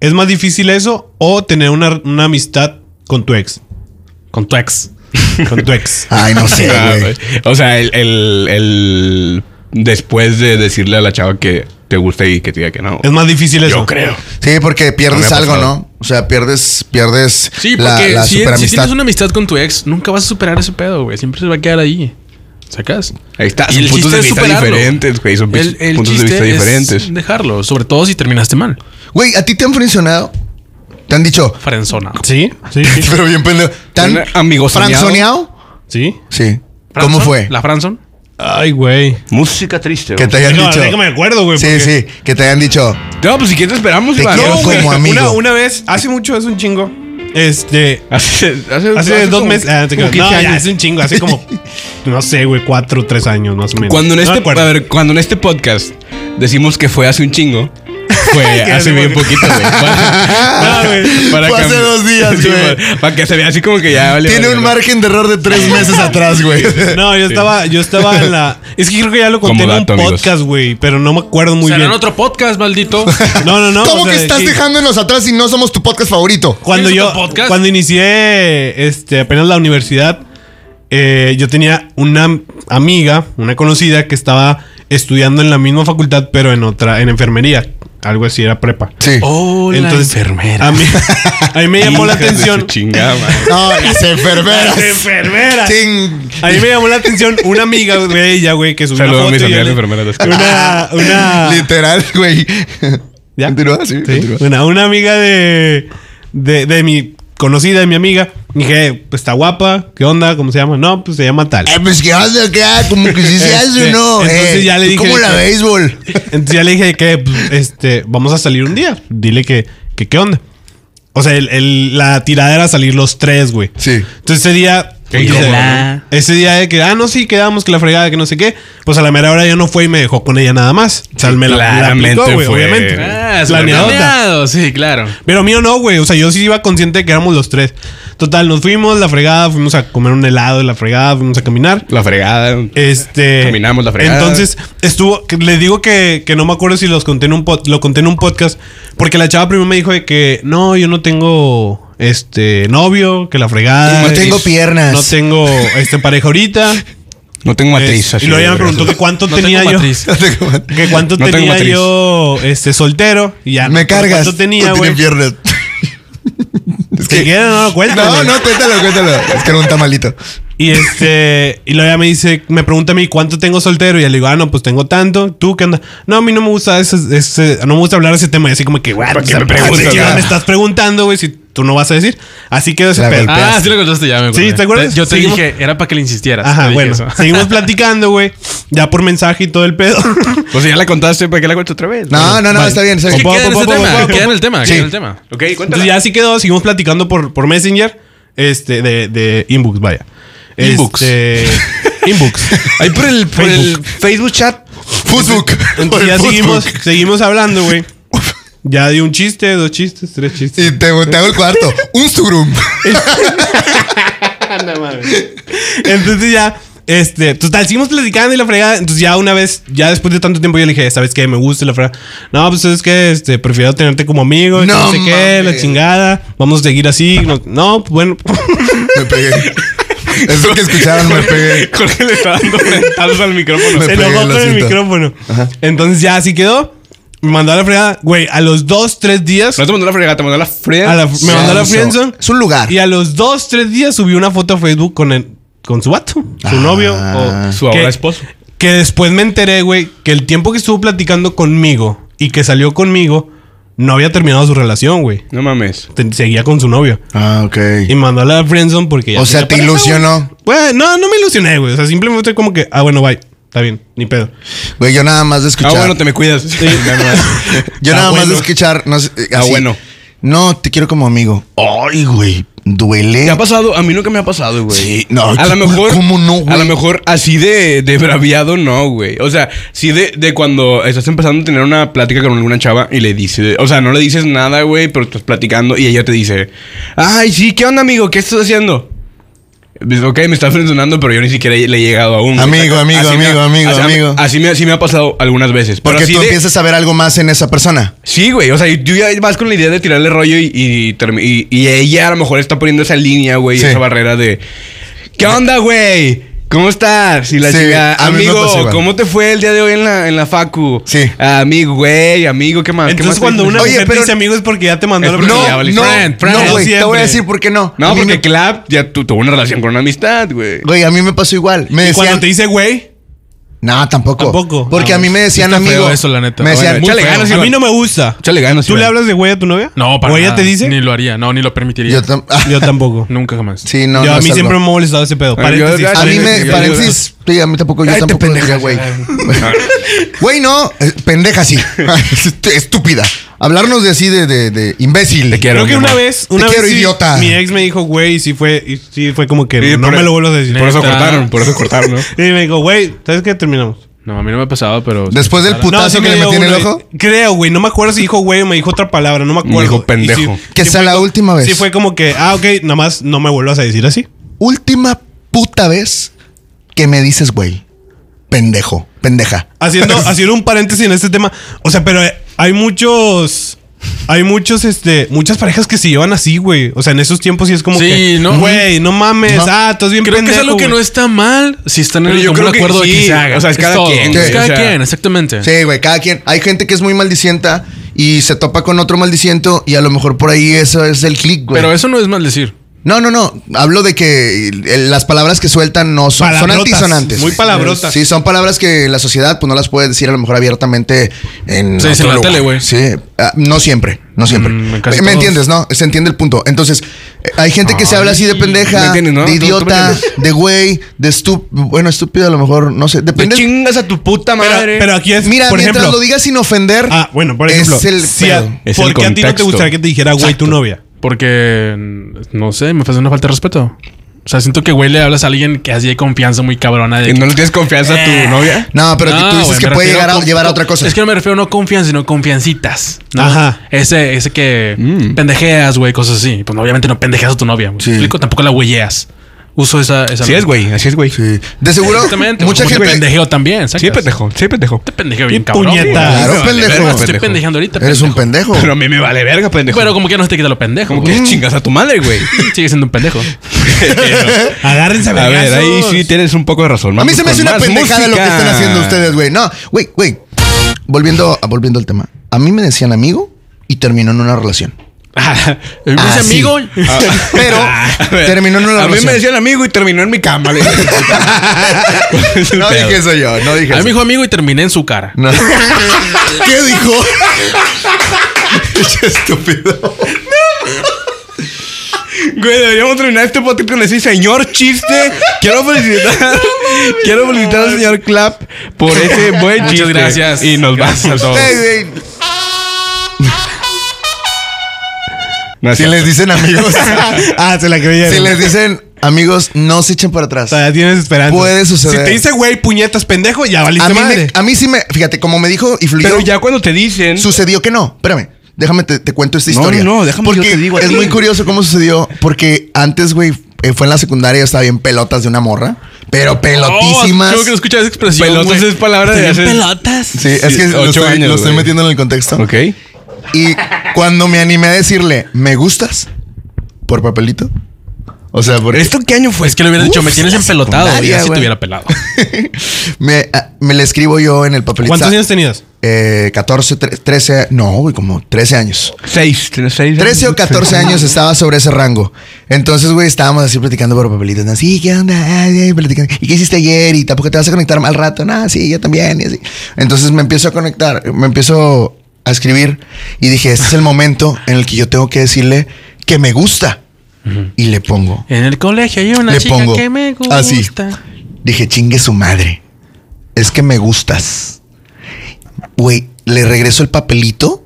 Speaker 1: ¿Es más difícil eso o tener una, una amistad con tu ex?
Speaker 4: Con tu ex.
Speaker 1: Con tu ex.
Speaker 2: Ay, no sé,
Speaker 3: Ah,
Speaker 2: güey.
Speaker 3: güey. O sea, el, el, el- Después de decirle a la chava que te gusta y que te diga que no.
Speaker 1: Es más difícil eso.
Speaker 3: Yo creo.
Speaker 2: Sí, porque pierdes
Speaker 3: No me ha
Speaker 2: algo,
Speaker 3: pasado.
Speaker 2: ¿no? O sea, pierdes, pierdes
Speaker 4: Sí,
Speaker 2: la,
Speaker 4: porque
Speaker 2: la
Speaker 4: si, si
Speaker 2: superamistad.
Speaker 4: tienes una amistad con tu ex, nunca vas a superar ese pedo, güey. Siempre se va a quedar ahí. ¿Sacas?
Speaker 3: Ahí está.
Speaker 4: Y
Speaker 3: Son
Speaker 4: el
Speaker 3: puntos
Speaker 4: chiste
Speaker 3: de
Speaker 4: es
Speaker 3: vista
Speaker 4: superarlo.
Speaker 3: diferentes, güey. Son
Speaker 4: El, el
Speaker 3: puntos de
Speaker 4: chiste
Speaker 3: vista
Speaker 4: es
Speaker 3: diferentes.
Speaker 4: dejarlo, sobre todo si terminaste mal.
Speaker 2: Güey, ¿a ti te han frienzonado? ¿Te han dicho?
Speaker 4: Frenzona.
Speaker 1: Sí, sí, sí.
Speaker 2: Pero bien pendejo. ¿Te han
Speaker 3: ¿Un amigo soñado?
Speaker 2: franzoneado?
Speaker 1: sí.
Speaker 2: Sí. ¿Cómo fue?
Speaker 4: ¿La Franson?
Speaker 1: Ay, güey.
Speaker 3: Música triste.
Speaker 2: Que te hayan
Speaker 1: No,
Speaker 2: dicho.
Speaker 1: déjame de acuerdo, güey.
Speaker 2: Sí,
Speaker 1: porque-
Speaker 2: sí, que te hayan dicho.
Speaker 3: No, pues si quieres esperamos,
Speaker 2: Te
Speaker 3: Iván.
Speaker 2: quiero
Speaker 3: No, güey.
Speaker 2: como amigo.
Speaker 1: Una, una vez, hace mucho, es un chingo. Este,
Speaker 3: Hace, hace,
Speaker 1: Hace,
Speaker 3: hace
Speaker 1: dos
Speaker 3: como-
Speaker 1: meses. ah, no te
Speaker 3: como
Speaker 1: creas.
Speaker 3: 15
Speaker 1: no, ya,
Speaker 3: años.
Speaker 1: hace un chingo. Hace como, no sé, güey, cuatro, tres años más o menos.
Speaker 3: Cuando en,
Speaker 1: No me
Speaker 3: este,
Speaker 1: acuerdo.
Speaker 3: a ver, cuando en este podcast decimos que fue hace un chingo, fue
Speaker 1: Que
Speaker 3: hace
Speaker 1: hace
Speaker 3: bien
Speaker 1: poco.
Speaker 3: poquito, güey. Para,
Speaker 1: No, güey.
Speaker 2: Fue hace
Speaker 3: cambiar-
Speaker 2: dos días,
Speaker 3: Sí,
Speaker 2: güey.
Speaker 3: para, para que se vea así como que ya vale,
Speaker 2: Tiene
Speaker 3: vale,
Speaker 2: un
Speaker 3: vale.
Speaker 2: margen de error de tres meses atrás, güey.
Speaker 1: No, yo estaba, yo estaba en la. Es que creo que ya lo conté
Speaker 3: Como
Speaker 1: en un
Speaker 3: dato, amigos.
Speaker 1: podcast, güey, pero no me acuerdo muy
Speaker 4: Será
Speaker 1: bien.
Speaker 4: en otro podcast, maldito.
Speaker 1: No, no, no.
Speaker 2: ¿Cómo
Speaker 1: o sea,
Speaker 2: que estás
Speaker 1: sí.
Speaker 2: dejándonos atrás si no somos tu podcast favorito?
Speaker 1: Cuando
Speaker 4: ¿Tienes
Speaker 1: yo,
Speaker 4: otro podcast?
Speaker 1: cuando inicié, este, apenas la universidad, eh, yo tenía una amiga, una conocida que estaba estudiando en la misma facultad, pero en otra, en enfermería, algo así, era prepa.
Speaker 2: Sí.
Speaker 4: Hola,
Speaker 1: Entonces,
Speaker 4: enfermera.
Speaker 1: A mí, a mí me llamó la
Speaker 3: Hijas de su
Speaker 1: atención.
Speaker 3: Chingada, madre.
Speaker 2: No, las enfermeras.
Speaker 1: Las enfermeras.
Speaker 2: Ching.
Speaker 1: A mí me llamó la atención una amiga de ella, güey, que subió
Speaker 3: Saludos a
Speaker 1: una
Speaker 3: mis
Speaker 1: foto. y
Speaker 3: amigas
Speaker 1: le-
Speaker 3: enfermeras. las quiero.
Speaker 1: Una, una,
Speaker 2: Literal, güey.
Speaker 1: ¿Ya?
Speaker 2: Continúa, sí,
Speaker 1: Sí,
Speaker 2: continúa.
Speaker 1: una, una amiga de, de, de mi conocida, de mi amiga. Dije, "Eh, pues está guapa, ¿qué onda? ¿Cómo se llama? No, pues se llama tal.
Speaker 2: Eh, pues qué onda, qué onda? como que sí se hace,
Speaker 1: Este,
Speaker 2: ¿no?
Speaker 1: entonces
Speaker 2: Eh,
Speaker 1: ya le
Speaker 2: ¿tú
Speaker 1: dije
Speaker 2: ¿Cómo
Speaker 1: de
Speaker 2: la
Speaker 1: que-
Speaker 2: béisbol?
Speaker 1: Entonces ya le dije que, pues, este, vamos a salir un día. Dile que, que qué onda. O sea, el- el- la tirada era salir los tres, güey.
Speaker 2: Sí.
Speaker 1: Entonces ese día.
Speaker 3: Qué incómodo,
Speaker 1: Ese- Ese día de que, ah, no, sí, quedamos que la fregada, que no sé qué. Pues a la mera hora ya no fue y me dejó con ella nada más. O sea, me la, la
Speaker 3: claramente
Speaker 1: aplicó, güey,
Speaker 3: fue.
Speaker 1: obviamente.
Speaker 4: Ah,
Speaker 1: Planeadota.
Speaker 4: planeado. Sí, claro.
Speaker 1: Pero mío no, güey. O sea, yo sí iba consciente de que éramos los tres. Total, nos fuimos, la fregada, fuimos a comer un helado, la fregada, fuimos a caminar.
Speaker 3: La fregada.
Speaker 1: Este.
Speaker 3: Caminamos la fregada.
Speaker 1: Entonces, estuvo. que- Le digo que, que no me acuerdo si los conté en un pod- lo conté en un podcast. Porque la chava primero me dijo de que no, yo no tengo este novio, que la fregada.
Speaker 2: No tengo
Speaker 1: es-
Speaker 2: piernas.
Speaker 1: No tengo este pareja ahorita.
Speaker 3: no tengo matriz.
Speaker 1: Es- y luego ella me preguntó que cuánto tenía yo. Que cuánto
Speaker 3: No tengo
Speaker 1: tenía
Speaker 3: matriz.
Speaker 1: yo este soltero. Y ya.
Speaker 2: Me cargas.
Speaker 1: ¿Cuánto tenía,
Speaker 2: no tiene
Speaker 1: güey?
Speaker 2: piernas. Es
Speaker 1: Si quieres, no lo cuento.
Speaker 2: No, no, cuéntalo, cuéntalo. Es que era un tamalito.
Speaker 1: Y este, y luego ya me dice, me pregunta a mí cuánto tengo soltero. Y ya le digo, ah, no, pues tengo tanto. ¿Tú qué andas? No, a mí no me gusta ese, ese- no me gusta hablar de ese tema. Y así como que, güey, pues,
Speaker 3: qué me
Speaker 1: ¿para
Speaker 3: preguntas,
Speaker 1: qué chingados
Speaker 3: verdad?
Speaker 1: me estás preguntando, güey, si tú no vas a decir. Así quedó ese
Speaker 2: La
Speaker 1: pedo.
Speaker 2: golpeé.
Speaker 4: Ah, sí lo contaste ya, me acordé.
Speaker 1: Sí, ¿te acuerdas?
Speaker 4: Yo te
Speaker 1: Seguimos-
Speaker 4: dije, era para que le
Speaker 3: Ah,
Speaker 4: insistieras.
Speaker 1: Ajá,
Speaker 4: Te dije
Speaker 1: bueno.
Speaker 4: eso.
Speaker 1: Seguimos platicando, güey. Ya por mensaje y todo el pedo.
Speaker 3: Pues si ya la contaste, ¿para qué la cuento otra vez?
Speaker 2: No, no, no, está bien, está
Speaker 4: Es que
Speaker 2: bien.
Speaker 1: Opa,
Speaker 4: queda en
Speaker 1: opa,
Speaker 4: ese
Speaker 1: opa,
Speaker 4: tema,
Speaker 1: opa, opa.
Speaker 4: queda en el tema, queda
Speaker 2: Sí.
Speaker 4: en el tema.
Speaker 3: Ok, cuéntala.
Speaker 1: Entonces ya así quedó, seguimos platicando por, por Messenger. Este, de, de inbox, vaya.
Speaker 4: Inbox.
Speaker 1: Este, inbox.
Speaker 3: Ahí por el, por el Facebook chat.
Speaker 2: Facebook.
Speaker 1: Entonces ya seguimos, seguimos hablando, güey. Ya di un chiste, dos chistes, tres chistes.
Speaker 2: Y te, te hago el cuarto. Un sugrum.
Speaker 1: Entonces ya, este, total, seguimos platicando y la fregada. Entonces ya una vez, ya después de tanto tiempo yo le dije, ¿sabes qué? Me gusta la fregada. No, pues es que, este, prefiero tenerte como amigo. y que No,
Speaker 2: No
Speaker 1: sé qué, la
Speaker 2: mames.
Speaker 1: chingada. Vamos a seguir así. No, no, bueno.
Speaker 2: Me pegué. Es lo que escucharon, me pegué.
Speaker 1: Jorge le está dando frentados al micrófono.
Speaker 2: Me
Speaker 1: Se
Speaker 2: pegué
Speaker 1: enojó
Speaker 2: en la
Speaker 1: con el
Speaker 2: cinta.
Speaker 1: micrófono. Entonces ya así quedó. Me mandó a la fregada. Güey, a los dos, tres días.
Speaker 3: No te mandó la fregada, te mandó la fregada.
Speaker 1: a la- me mandó a la friendzone.
Speaker 2: Es un lugar.
Speaker 1: Y a los dos, tres días subió una foto a Facebook con el, con su vato, su
Speaker 2: Ah.
Speaker 1: novio o
Speaker 3: Su ahora
Speaker 1: que-
Speaker 3: esposo.
Speaker 1: Que después me enteré, güey, que el tiempo que estuvo platicando conmigo y que salió conmigo, no había terminado su relación, güey.
Speaker 3: No mames.
Speaker 1: Te- Seguía con su novio.
Speaker 2: Ah, ok.
Speaker 1: Y mandó a la friendzone porque ya
Speaker 2: O sea,
Speaker 1: tenía
Speaker 2: te
Speaker 1: pareja,
Speaker 2: ilusionó.
Speaker 1: güey. Güey, no, no me ilusioné, güey. O sea, simplemente como que, ah, bueno, bye. Está bien, ni pedo.
Speaker 2: Güey, yo nada más de
Speaker 3: Ah,
Speaker 2: escuchar.
Speaker 3: bueno, te me cuidas.
Speaker 2: Yo
Speaker 1: Ah,
Speaker 2: nada más de
Speaker 1: bueno.
Speaker 2: escuchar. No, sé, eh,
Speaker 3: Ah,
Speaker 2: así.
Speaker 3: bueno.
Speaker 2: No, te quiero como amigo. Ay, güey. Duele.
Speaker 3: ¿Te ha pasado? A mí nunca me ha pasado, güey.
Speaker 2: Sí, no,
Speaker 3: A lo
Speaker 2: ¿cómo-
Speaker 3: mejor.
Speaker 2: cómo no, güey?
Speaker 3: A lo mejor así de, de braviado, no, güey. O sea, sí de, de cuando estás empezando a tener una plática con alguna chava y le dices. O sea, no le dices nada, güey, pero estás platicando y ella te dice: Ay, sí, ¿qué onda, amigo? ¿Qué estás haciendo? Pues, Ok, me está frenando, pero yo ni siquiera le he llegado aún. güey.
Speaker 2: Amigo, amigo,
Speaker 3: Así me-
Speaker 2: amigo, amigo,
Speaker 3: así,
Speaker 2: amigo.
Speaker 3: Así me, así me ha pasado algunas veces. pero
Speaker 2: Porque
Speaker 3: así
Speaker 2: tú
Speaker 3: de-
Speaker 2: empiezas a ver algo más en esa persona.
Speaker 3: Sí, güey. O sea, tú ya vas con la idea de tirarle rollo y, y, termi- y- y ella a lo mejor está poniendo esa línea, güey,
Speaker 2: Sí.
Speaker 3: esa barrera de. ¿Qué onda, güey? ¿Cómo estás? Y la
Speaker 2: Sí,
Speaker 3: chica,
Speaker 2: a mí me pasó
Speaker 3: amigo,
Speaker 2: igual.
Speaker 3: ¿cómo te fue el día de hoy en la, en la facu?
Speaker 2: Sí.
Speaker 3: Ah, Amigo, güey, amigo, ¿qué
Speaker 4: Ah,
Speaker 3: más? ¿Qué
Speaker 1: Entonces
Speaker 3: más
Speaker 1: cuando
Speaker 3: te-
Speaker 1: una
Speaker 2: Oye,
Speaker 1: mujer te
Speaker 2: pero-
Speaker 1: dice amigo es porque ya te mandó
Speaker 3: Es
Speaker 1: la
Speaker 3: porque
Speaker 1: fregada.
Speaker 3: ya
Speaker 2: No,
Speaker 3: valí.
Speaker 2: no,
Speaker 3: Friend, friend.
Speaker 2: no, güey. Te voy
Speaker 1: Siempre.
Speaker 2: a decir por qué no. A
Speaker 3: No,
Speaker 2: mí
Speaker 3: porque
Speaker 2: me-
Speaker 3: Clap ya tu- tuvo una relación con una amistad, güey.
Speaker 2: Güey, a mí me pasó igual. Me
Speaker 1: Y cuando
Speaker 2: decían.
Speaker 1: te dice güey,
Speaker 2: No, tampoco.
Speaker 1: Tampoco.
Speaker 2: Porque
Speaker 1: Ah,
Speaker 2: a mí me decían
Speaker 4: está feo
Speaker 2: amigo.
Speaker 4: eso, la neta.
Speaker 2: Me decían.
Speaker 3: Bueno, échale
Speaker 2: muy feo.
Speaker 3: ganas,
Speaker 1: a mí
Speaker 3: Iván.
Speaker 1: no me gusta.
Speaker 3: Échale ganas,
Speaker 1: ¿Tú le
Speaker 3: Iván.
Speaker 1: hablas de güey a tu novia?
Speaker 4: No, para
Speaker 1: ¿O ella
Speaker 4: nada.
Speaker 1: te dice?
Speaker 4: Ni lo haría, no, ni lo permitiría.
Speaker 2: Yo tam- ah,
Speaker 1: Yo tampoco.
Speaker 4: Nunca jamás.
Speaker 2: Sí, no.
Speaker 1: yo,
Speaker 2: no
Speaker 1: a
Speaker 2: es
Speaker 1: mí
Speaker 2: algo.
Speaker 1: siempre me ha molestado ese pedo.
Speaker 3: yo-
Speaker 1: Paréntesis,
Speaker 3: yo-
Speaker 2: A mí
Speaker 1: paréntesis.
Speaker 2: me,
Speaker 3: Yo-
Speaker 2: paréntesis, sí, a mí tampoco, yo
Speaker 3: Ay, te
Speaker 2: tampoco diría,
Speaker 3: pendeja.
Speaker 2: güey. Güey, no, eh, pendeja sí. Estúpida. Hablarnos de así de, de, de imbécil.
Speaker 3: Te quiero.
Speaker 1: Creo que
Speaker 3: mi
Speaker 1: una
Speaker 3: amor.
Speaker 1: vez,
Speaker 2: Te
Speaker 1: una
Speaker 2: quiero,
Speaker 1: vez sí,
Speaker 2: idiota.
Speaker 1: mi ex me dijo, güey, y sí fue, y sí fue como que
Speaker 3: Sí,
Speaker 1: no
Speaker 3: por-
Speaker 1: me lo vuelvas a decir.
Speaker 3: Por eso
Speaker 4: Neta.
Speaker 3: cortaron, por eso cortaron, ¿no?
Speaker 1: Y me dijo, güey, ¿sabes qué? Terminamos.
Speaker 4: No, a mí no me ha pasado, pero.
Speaker 2: Después del
Speaker 1: No, sí
Speaker 2: putazo que le
Speaker 1: dio
Speaker 2: metí en el
Speaker 1: uno,
Speaker 2: ojo.
Speaker 1: Creo, güey. No me acuerdo si dijo güey o me dijo otra palabra. No me acuerdo.
Speaker 3: Me dijo
Speaker 1: Y sí-
Speaker 3: pendejo.
Speaker 1: Sí,
Speaker 2: Que sea
Speaker 1: fue
Speaker 2: la
Speaker 1: co-
Speaker 2: última vez.
Speaker 1: Sí fue como que, ah, ok, nada más no me vuelvas a decir así.
Speaker 2: Última puta vez que me dices, güey. Pendejo, pendeja.
Speaker 1: Haciendo, haciendo un paréntesis en este tema. O sea, pero eh, hay muchos... Hay muchos, este... Muchas parejas que se llevan así, güey. O sea, en esos tiempos sí es como
Speaker 4: Sí,
Speaker 1: que...
Speaker 4: ¿no?
Speaker 1: Güey, no mames.
Speaker 2: No.
Speaker 1: Ah, estás bien
Speaker 4: Creo que es
Speaker 1: pendejo,
Speaker 4: algo que
Speaker 1: güey".
Speaker 4: no está mal si están en
Speaker 3: Pero
Speaker 4: el
Speaker 3: yo
Speaker 4: común
Speaker 3: creo que
Speaker 4: acuerdo de
Speaker 3: sí.
Speaker 4: que se haga.
Speaker 3: O sea, es cada
Speaker 4: todo.
Speaker 3: quien,
Speaker 4: Es
Speaker 2: güey,
Speaker 4: cada
Speaker 3: o sea.
Speaker 4: quien, exactamente.
Speaker 2: Sí, güey, cada quien. Hay gente que es muy maldicienta y se topa con otro maldiciento y a lo mejor por ahí eso es el click, güey.
Speaker 4: Pero eso no es maldecir.
Speaker 2: No, no, no. Hablo de que eh, las palabras que sueltan no son, son
Speaker 1: Palabrotas,
Speaker 2: antisonantes.
Speaker 1: muy
Speaker 2: güey.
Speaker 1: palabrotas.
Speaker 2: Sí, son palabras que la sociedad pues no las puede decir a lo mejor abiertamente en
Speaker 4: Se dice
Speaker 2: otro
Speaker 4: en la
Speaker 2: lugar.
Speaker 4: tele, güey.
Speaker 2: Sí, ah, no siempre, no siempre.
Speaker 4: Mm, en casi
Speaker 2: ¿Me
Speaker 4: todos.
Speaker 2: entiendes, no? Se entiende el punto. Entonces, eh, hay gente que se habla así de pendeja,
Speaker 3: ¿Me entiendes, no?
Speaker 2: de
Speaker 3: ¿Tú- tú me
Speaker 2: idiota,
Speaker 3: entiendes?
Speaker 2: de güey, de estúpido, bueno, estúpido a lo mejor, no sé,
Speaker 3: Te
Speaker 2: depende.
Speaker 3: chingas a tu puta madre.
Speaker 1: Pero, pero aquí es,
Speaker 2: Mira,
Speaker 1: por
Speaker 2: mientras
Speaker 1: ejemplo...
Speaker 2: lo digas sin ofender.
Speaker 1: Ah, bueno, por ejemplo, ah.
Speaker 2: es el
Speaker 1: si a-
Speaker 2: pedo.
Speaker 3: Es
Speaker 1: ¿por
Speaker 3: el
Speaker 1: qué a ti no te
Speaker 3: contexto.
Speaker 1: gustaría que te dijera güey tu novia?
Speaker 4: Porque. mm, No sé, me hace una falta de respeto. O sea, siento que, güey, le hablas a alguien que así de confianza muy cabrona. De Eh.
Speaker 3: ¿Y no le tienes confianza a
Speaker 1: Eh.
Speaker 3: tu novia?
Speaker 2: No, pero
Speaker 4: No,
Speaker 2: tú dices
Speaker 4: güey,
Speaker 2: que
Speaker 4: me
Speaker 2: puede
Speaker 4: refiero
Speaker 2: llegar a,
Speaker 4: con-
Speaker 2: llevar a
Speaker 4: con-
Speaker 2: otra cosa.
Speaker 4: Es que no me refiero no confianza, sino confiancitas. ¿no?
Speaker 1: Ajá.
Speaker 4: Ese, ese que
Speaker 3: Mm.
Speaker 4: pendejeas, güey, cosas así. Pues no, obviamente no pendejeas a tu novia. güey.
Speaker 2: Sí.
Speaker 4: ¿Me explico? Tampoco la güeyeas. Uso esa. esa
Speaker 3: Así es, güey. Así es, güey.
Speaker 2: Sí. De seguro,
Speaker 4: Exactamente.
Speaker 2: mucha
Speaker 4: Como que
Speaker 2: gente.
Speaker 4: Pendejeo también, ¿sacas?
Speaker 3: Sí, pendejo. Sí, pendejo.
Speaker 4: Te pendejeo
Speaker 1: Qué
Speaker 4: bien, cabrón.
Speaker 1: puñetas.
Speaker 4: güey.
Speaker 1: Claro,
Speaker 3: Me vale
Speaker 2: pendejo.
Speaker 3: verga,
Speaker 2: Eres
Speaker 4: Estoy pendejeando ahorita.
Speaker 2: Eres un
Speaker 4: pendejo.
Speaker 2: pendejo.
Speaker 3: Pero a mí me vale verga, pendejo.
Speaker 4: Pero como que no se te quita lo pendejo.
Speaker 3: Como
Speaker 4: güey.
Speaker 2: Mm.
Speaker 3: que chingas a tu madre, güey.
Speaker 4: Sigue siendo un pendejo.
Speaker 1: Agárrense
Speaker 3: A ver, ahí sí tienes un poco de razón.
Speaker 2: A mí se me hace
Speaker 3: Vamos con
Speaker 2: una
Speaker 3: más
Speaker 2: pendejada lo que
Speaker 3: música.
Speaker 2: están haciendo ustedes, güey. No, güey, güey. Volviendo, a- volviendo al tema. A mí me decían amigo y terminó en una relación.
Speaker 4: Me dice
Speaker 2: Ah, sí.
Speaker 4: amigo.
Speaker 2: Pero
Speaker 3: A ver,
Speaker 2: terminó en una
Speaker 3: A mí
Speaker 2: relación.
Speaker 3: me decían amigo y terminó en mi cama. le dije.
Speaker 2: No dije eso yo, no dije
Speaker 4: A mí
Speaker 2: eso.
Speaker 4: me dijo amigo y terminé en su cara.
Speaker 2: No. ¿Qué dijo? Qué estúpido.
Speaker 3: Güey, deberíamos terminar este podcast con decir señor chiste. Quiero felicitar. quiero felicitar al señor Clap por ese buen
Speaker 4: Muchas
Speaker 3: chiste.
Speaker 4: gracias.
Speaker 3: Y nos vas
Speaker 4: Gracias
Speaker 3: a
Speaker 4: a
Speaker 3: todos.
Speaker 2: Ey, güey,
Speaker 3: No es
Speaker 2: Si
Speaker 3: cierto.
Speaker 2: les dicen amigos,
Speaker 1: Ah, se la creyeron.
Speaker 2: si les dicen amigos, no se echen para atrás.
Speaker 1: O sea, tienes esperanza.
Speaker 2: Puede suceder.
Speaker 1: Si te dice, güey, puñetas, pendejo, ya valiste
Speaker 2: A mí,
Speaker 1: madre.
Speaker 2: me- a mí sí me, fíjate, como me dijo y fluyó,
Speaker 3: Pero ya cuando te dicen.
Speaker 2: sucedió que no. Espérame, déjame te, te cuento esta
Speaker 3: No,
Speaker 2: historia.
Speaker 3: no, no, déjame,
Speaker 2: porque
Speaker 3: yo te digo a
Speaker 2: Es
Speaker 3: ti.
Speaker 2: muy curioso cómo sucedió, porque antes, güey, eh, fue en la secundaria, estaba bien pelotas de una morra, pero pelotísimas.
Speaker 4: Oh, Creo que no escuchas esa expresión.
Speaker 3: Pelotas
Speaker 4: güey.
Speaker 3: es palabra de
Speaker 4: Estoy bien
Speaker 3: hace-
Speaker 4: pelotas.
Speaker 2: Sí, es que
Speaker 3: Sí,
Speaker 2: lo
Speaker 3: ocho
Speaker 2: estoy,
Speaker 3: años,
Speaker 2: lo estoy
Speaker 3: güey.
Speaker 2: metiendo en el contexto.
Speaker 3: Ok.
Speaker 2: Y cuando me animé a decirle, ¿me gustas? Por papelito. O sea, por
Speaker 3: ¿Esto qué año fue?
Speaker 4: Es que le hubiera dicho, me tienes
Speaker 2: la
Speaker 4: empelotado. Y
Speaker 2: secundaria,
Speaker 4: así
Speaker 2: güey.
Speaker 4: te hubiera pelado.
Speaker 2: me, ah, me la escribo yo en el papelito.
Speaker 1: ¿Cuántos
Speaker 2: O sea,
Speaker 1: años tenías?
Speaker 2: Eh, 14, tre- 13, no, güey, como 13 años.
Speaker 3: Seis. ¿Tienes seis?
Speaker 2: 13 o 14 años estaba sobre ese rango. Entonces, güey, estábamos así platicando por papelitos. ¿no? Sí, ¿qué onda? Ay, ay, platicando. ¿Y qué hiciste ayer? ¿Y tampoco te vas a conectar al rato? No, sí, yo también. y así. Entonces me empiezo a conectar, me empiezo a escribir y dije, este es el momento en el que yo tengo que decirle que me gusta. Y le pongo,
Speaker 4: En el colegio hay una
Speaker 2: le
Speaker 4: chica
Speaker 2: pongo.
Speaker 4: que me gusta.
Speaker 2: Así. Dije, chingue su madre. Es que me gustas. Güey, le regreso el papelito.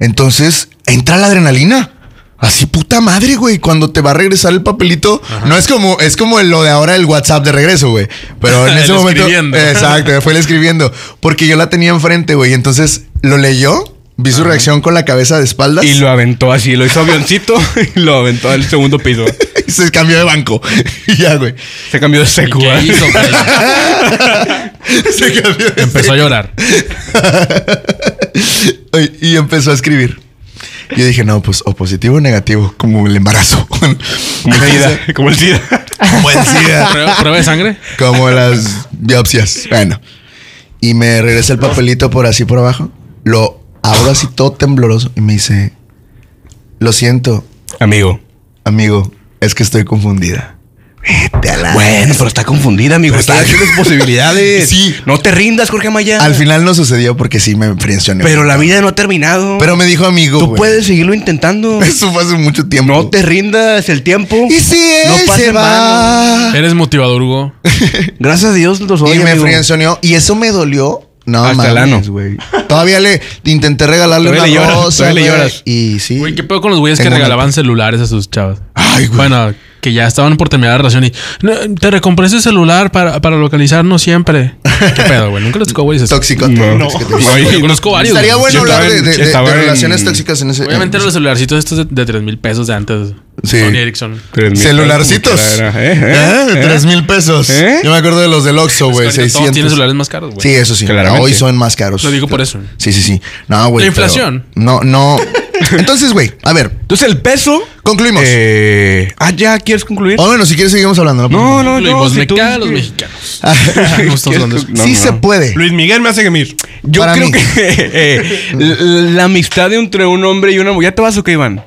Speaker 2: Entonces, entra la adrenalina. Así puta madre, güey. Cuando te va a regresar el papelito, no es como, es como lo de ahora el WhatsApp de regreso, güey. Pero en
Speaker 4: El
Speaker 2: ese momento.
Speaker 4: escribiendo.
Speaker 2: Exacto, fue el escribiendo. Porque yo la tenía enfrente, güey. Entonces lo leyó, vi su reacción con la cabeza de espaldas.
Speaker 3: Y lo aventó así, lo hizo avioncito y lo aventó al segundo piso.
Speaker 2: y se cambió de banco. y ya, güey.
Speaker 3: Se cambió de
Speaker 4: ¿Y
Speaker 3: secu.
Speaker 4: qué
Speaker 3: ¿eh?
Speaker 4: hizo? güey?
Speaker 2: Se cambió de
Speaker 4: Empezó a llorar.
Speaker 2: Ay, y empezó a escribir. Yo dije, no, pues o positivo o negativo, como el embarazo.
Speaker 3: Como el SIDA. Como el SIDA.
Speaker 2: Como el SIDA.
Speaker 4: ¿Prueba, prueba de sangre?
Speaker 2: Como las biopsias. Bueno. Y me regresa el papelito por así por abajo. Lo abro así todo tembloroso y me dice, lo siento,
Speaker 3: Amigo.
Speaker 2: amigo, es que estoy confundida. Vete a la-
Speaker 3: Bueno, pero está confundida, amigo.
Speaker 2: Pero
Speaker 3: Está
Speaker 2: está-
Speaker 3: haciendo posibilidades.
Speaker 2: Sí.
Speaker 3: No te rindas, Jorge Maya.
Speaker 2: Al final no sucedió porque sí me enfrencioné.
Speaker 3: Pero la vida no ha terminado.
Speaker 2: Pero me dijo amigo.
Speaker 3: tú
Speaker 2: güey.
Speaker 3: puedes seguirlo intentando.
Speaker 2: Eso fue hace mucho tiempo.
Speaker 3: No te rindas el tiempo.
Speaker 2: Y si
Speaker 3: No
Speaker 2: él
Speaker 3: pasa
Speaker 2: se
Speaker 3: en
Speaker 2: va.
Speaker 4: Eres motivador, Hugo.
Speaker 3: Gracias a Dios los oye,
Speaker 2: y me
Speaker 3: amigo.
Speaker 2: frienzoneó. Y eso me dolió. No,
Speaker 3: Hasta el ano.
Speaker 2: mames, güey. Todavía le intenté regalarle
Speaker 3: Todavía
Speaker 2: una
Speaker 3: le lloras,
Speaker 2: rosa.
Speaker 3: todavía le
Speaker 2: güey,
Speaker 3: lloras.
Speaker 2: Y sí.
Speaker 4: Güey, ¿qué pedo con los güeyes que
Speaker 2: Tengo una-
Speaker 4: regalaban celulares a sus chavas?
Speaker 2: Ay, güey.
Speaker 4: Bueno, que ya estaban por terminar la relación y... "No, Te recompré ese celular para, para localizarnos siempre. ¿Qué pedo, güey? Nunca los tocó, güey.
Speaker 2: Tóxico.
Speaker 3: No.
Speaker 2: Es que te-
Speaker 3: No.
Speaker 4: Yo conozco varios.
Speaker 2: Estaría
Speaker 4: güey.
Speaker 2: bueno
Speaker 3: Yo
Speaker 2: hablar
Speaker 3: estaba
Speaker 2: de,
Speaker 3: en-
Speaker 2: de- de-
Speaker 3: estaba
Speaker 2: de
Speaker 3: en-
Speaker 2: relaciones tóxicas en ese.
Speaker 4: Obviamente
Speaker 2: en-
Speaker 4: los celularcitos estos de, de 3 mil pesos de antes.
Speaker 2: Sí.
Speaker 4: Sony Ericsson.
Speaker 3: Tres mil
Speaker 2: Celularcitos.
Speaker 3: pesos, como quiera, era.
Speaker 2: ¿Eh?
Speaker 3: ¿Eh? ¿Eh?
Speaker 2: Tres mil pesos.
Speaker 3: ¿Eh?
Speaker 2: Yo me acuerdo de los del Oxxo, güey.
Speaker 4: Ahorita Pues, Todos tienen
Speaker 2: 600.
Speaker 4: celulares más caros, güey.
Speaker 2: Sí, eso sí.
Speaker 3: Claramente.
Speaker 2: Hoy son más caros.
Speaker 4: Lo digo por eso.
Speaker 2: Sí, sí, sí. No, güey.
Speaker 4: La
Speaker 2: pero-
Speaker 4: inflación.
Speaker 2: No, no. Entonces, güey, a ver,
Speaker 3: Entonces el peso.
Speaker 2: concluimos.
Speaker 3: eh, ah, ya quieres concluir.
Speaker 2: O bueno, si quieres seguimos hablando.
Speaker 3: No, no, no.
Speaker 4: Incluimos
Speaker 3: si tú-
Speaker 4: meca a Oh. los mexicanos. No estamos hablando de eso.
Speaker 3: No,
Speaker 2: sí
Speaker 3: no.
Speaker 2: se puede.
Speaker 1: Luis Miguel me hace gemir.
Speaker 3: Yo
Speaker 2: Para
Speaker 3: creo
Speaker 2: mí.
Speaker 3: que eh, la la amistad entre un hombre y una mujer. ¿Ya te vas o qué, Iván?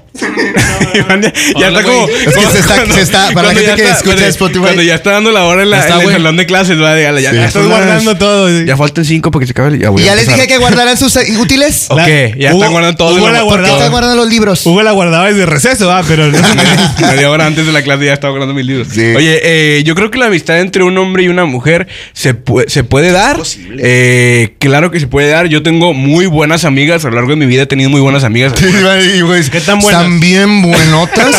Speaker 3: Iván ya, ya
Speaker 4: Hola,
Speaker 3: está como.
Speaker 4: güey.
Speaker 2: Es que se está- se está- para la
Speaker 3: cuando
Speaker 2: gente
Speaker 3: ya
Speaker 2: que escucha
Speaker 3: cuando-
Speaker 2: Spotify.
Speaker 3: Cuando ya está dando la hora en, la,
Speaker 4: Ya está,
Speaker 3: en el
Speaker 4: güey.
Speaker 3: salón de clases, va, ya, ya, ya
Speaker 1: Estás
Speaker 3: son las-
Speaker 1: guardando todo. sí.
Speaker 3: Ya faltan cinco porque se acaba el. Ya, voy
Speaker 2: Y
Speaker 3: a
Speaker 2: ya les
Speaker 3: empezar.
Speaker 2: dije que guardaran sus eh, útiles.
Speaker 3: Ok, ya
Speaker 1: Hugo-
Speaker 3: están guardando todo.
Speaker 1: Hugo
Speaker 3: en
Speaker 1: la
Speaker 3: la-
Speaker 1: guardó.
Speaker 2: ¿Por qué están guardando los libros?
Speaker 1: Hugo la guardaba desde receso, ah, pero no.
Speaker 3: Media hora antes de la clase ya estaba hablando mis libros.
Speaker 2: Sí.
Speaker 3: Oye, eh, yo creo que la amistad entre un hombre y una mujer se, pu- se puede dar.
Speaker 2: posible.
Speaker 3: Eh, claro que se puede dar. Yo tengo muy buenas amigas. A lo largo de mi vida he tenido muy buenas amigas.
Speaker 1: ¿Qué tan buenas?
Speaker 2: ¿Están bien buenotas?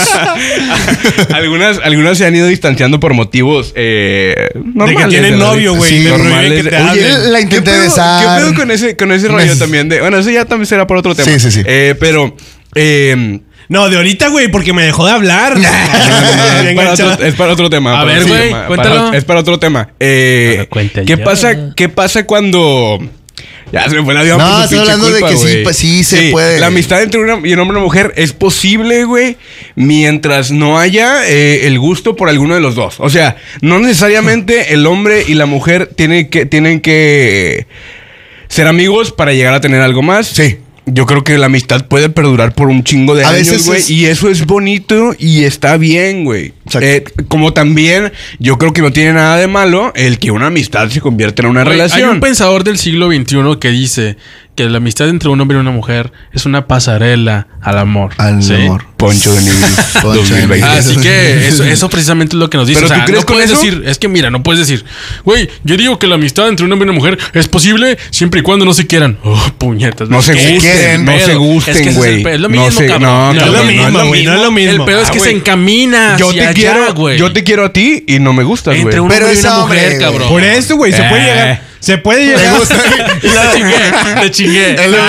Speaker 3: algunas, algunas se han ido distanciando por motivos eh, normales.
Speaker 1: tienen
Speaker 3: la
Speaker 1: novio,
Speaker 3: vida.
Speaker 1: güey, y
Speaker 3: Sí,
Speaker 1: le prohíben
Speaker 3: normales.
Speaker 1: que te
Speaker 3: Oye,
Speaker 1: hablen.
Speaker 2: Oye, la
Speaker 3: ¿Qué
Speaker 2: intenté
Speaker 3: pedo,
Speaker 2: besar.
Speaker 3: ¿Qué pedo con ese, con ese rollo
Speaker 2: Neces-
Speaker 3: también? De, bueno, eso ya también será por otro tema.
Speaker 2: Sí, sí, sí.
Speaker 3: Eh, pero... eh,
Speaker 1: No, de ahorita, güey, porque me dejó de hablar.
Speaker 3: es, para
Speaker 1: Enganchada.
Speaker 3: otro, es para otro tema.
Speaker 4: A
Speaker 3: para
Speaker 4: ver,
Speaker 3: otro
Speaker 4: güey,
Speaker 3: tema,
Speaker 4: cuéntalo.
Speaker 3: para- es para otro tema. Eh,
Speaker 4: No lo cuente
Speaker 3: ¿qué,
Speaker 4: ya.
Speaker 3: pasa, ¿Qué pasa cuando.? Ya se me fue la vida.
Speaker 2: No,
Speaker 3: por su
Speaker 2: estoy
Speaker 3: pinche
Speaker 2: hablando de que sí,
Speaker 3: güey.
Speaker 2: pues, sí se puede.
Speaker 3: La amistad entre una, y un hombre y una mujer es posible, güey, mientras no haya eh, el gusto por alguno de los dos. O sea, no necesariamente el hombre y la mujer tienen que. Tienen que ser amigos para llegar a tener algo más.
Speaker 2: Sí.
Speaker 3: Yo creo que la amistad puede perdurar por un chingo de
Speaker 2: A
Speaker 3: años,
Speaker 2: veces
Speaker 3: güey.
Speaker 2: es-
Speaker 3: Y eso es bonito y está bien, güey.
Speaker 2: Exacto.
Speaker 3: Eh, como también yo creo que no tiene nada de malo el que una amistad se convierta en una
Speaker 4: Güey,
Speaker 3: relación.
Speaker 4: Hay un pensador del siglo XXI que dice que la amistad entre un hombre y una mujer es una pasarela al amor.
Speaker 2: Al
Speaker 4: ¿sí?
Speaker 2: amor.
Speaker 3: Poncho de Nigris,
Speaker 2: Poncho de
Speaker 3: 2020.
Speaker 2: Nigris.
Speaker 4: Así Ah, que eso, eso precisamente es lo que nos dice.
Speaker 3: ¿Pero
Speaker 4: o sea,
Speaker 3: tú crees
Speaker 4: no
Speaker 3: con
Speaker 4: puedes
Speaker 3: eso?
Speaker 4: decir, es que mira, no puedes decir, güey, yo digo que la amistad entre un hombre y una mujer es posible siempre y cuando no se quieran. Oh, puñetas.
Speaker 3: No se
Speaker 4: ¿qué es
Speaker 3: gusten,
Speaker 4: ese
Speaker 3: no
Speaker 4: pedo?
Speaker 3: se
Speaker 4: Es que
Speaker 3: gusten,
Speaker 4: ese es el
Speaker 3: güey.
Speaker 4: pe- Es lo
Speaker 3: No
Speaker 4: mismo,
Speaker 3: se-
Speaker 4: cabrón.
Speaker 3: no,
Speaker 1: No es lo
Speaker 3: cabrón,
Speaker 1: mismo, güey. No es lo mismo.
Speaker 4: El pedo es
Speaker 3: Ah,
Speaker 4: que se
Speaker 3: güey.
Speaker 4: encamina
Speaker 3: Yo
Speaker 4: hacia
Speaker 3: te
Speaker 4: allá,
Speaker 3: quiero,
Speaker 4: güey.
Speaker 3: yo te quiero a ti y no me gustas, güey.
Speaker 4: Entre un
Speaker 2: Pero
Speaker 4: hombre y
Speaker 2: es
Speaker 4: una
Speaker 2: hombre,
Speaker 4: mujer,
Speaker 2: güey.
Speaker 4: cabrón.
Speaker 1: Por eso, güey, se puede
Speaker 3: Eh.
Speaker 1: llegar. Se puede llegar.
Speaker 4: Te chingué, te chingué.
Speaker 2: Y luego-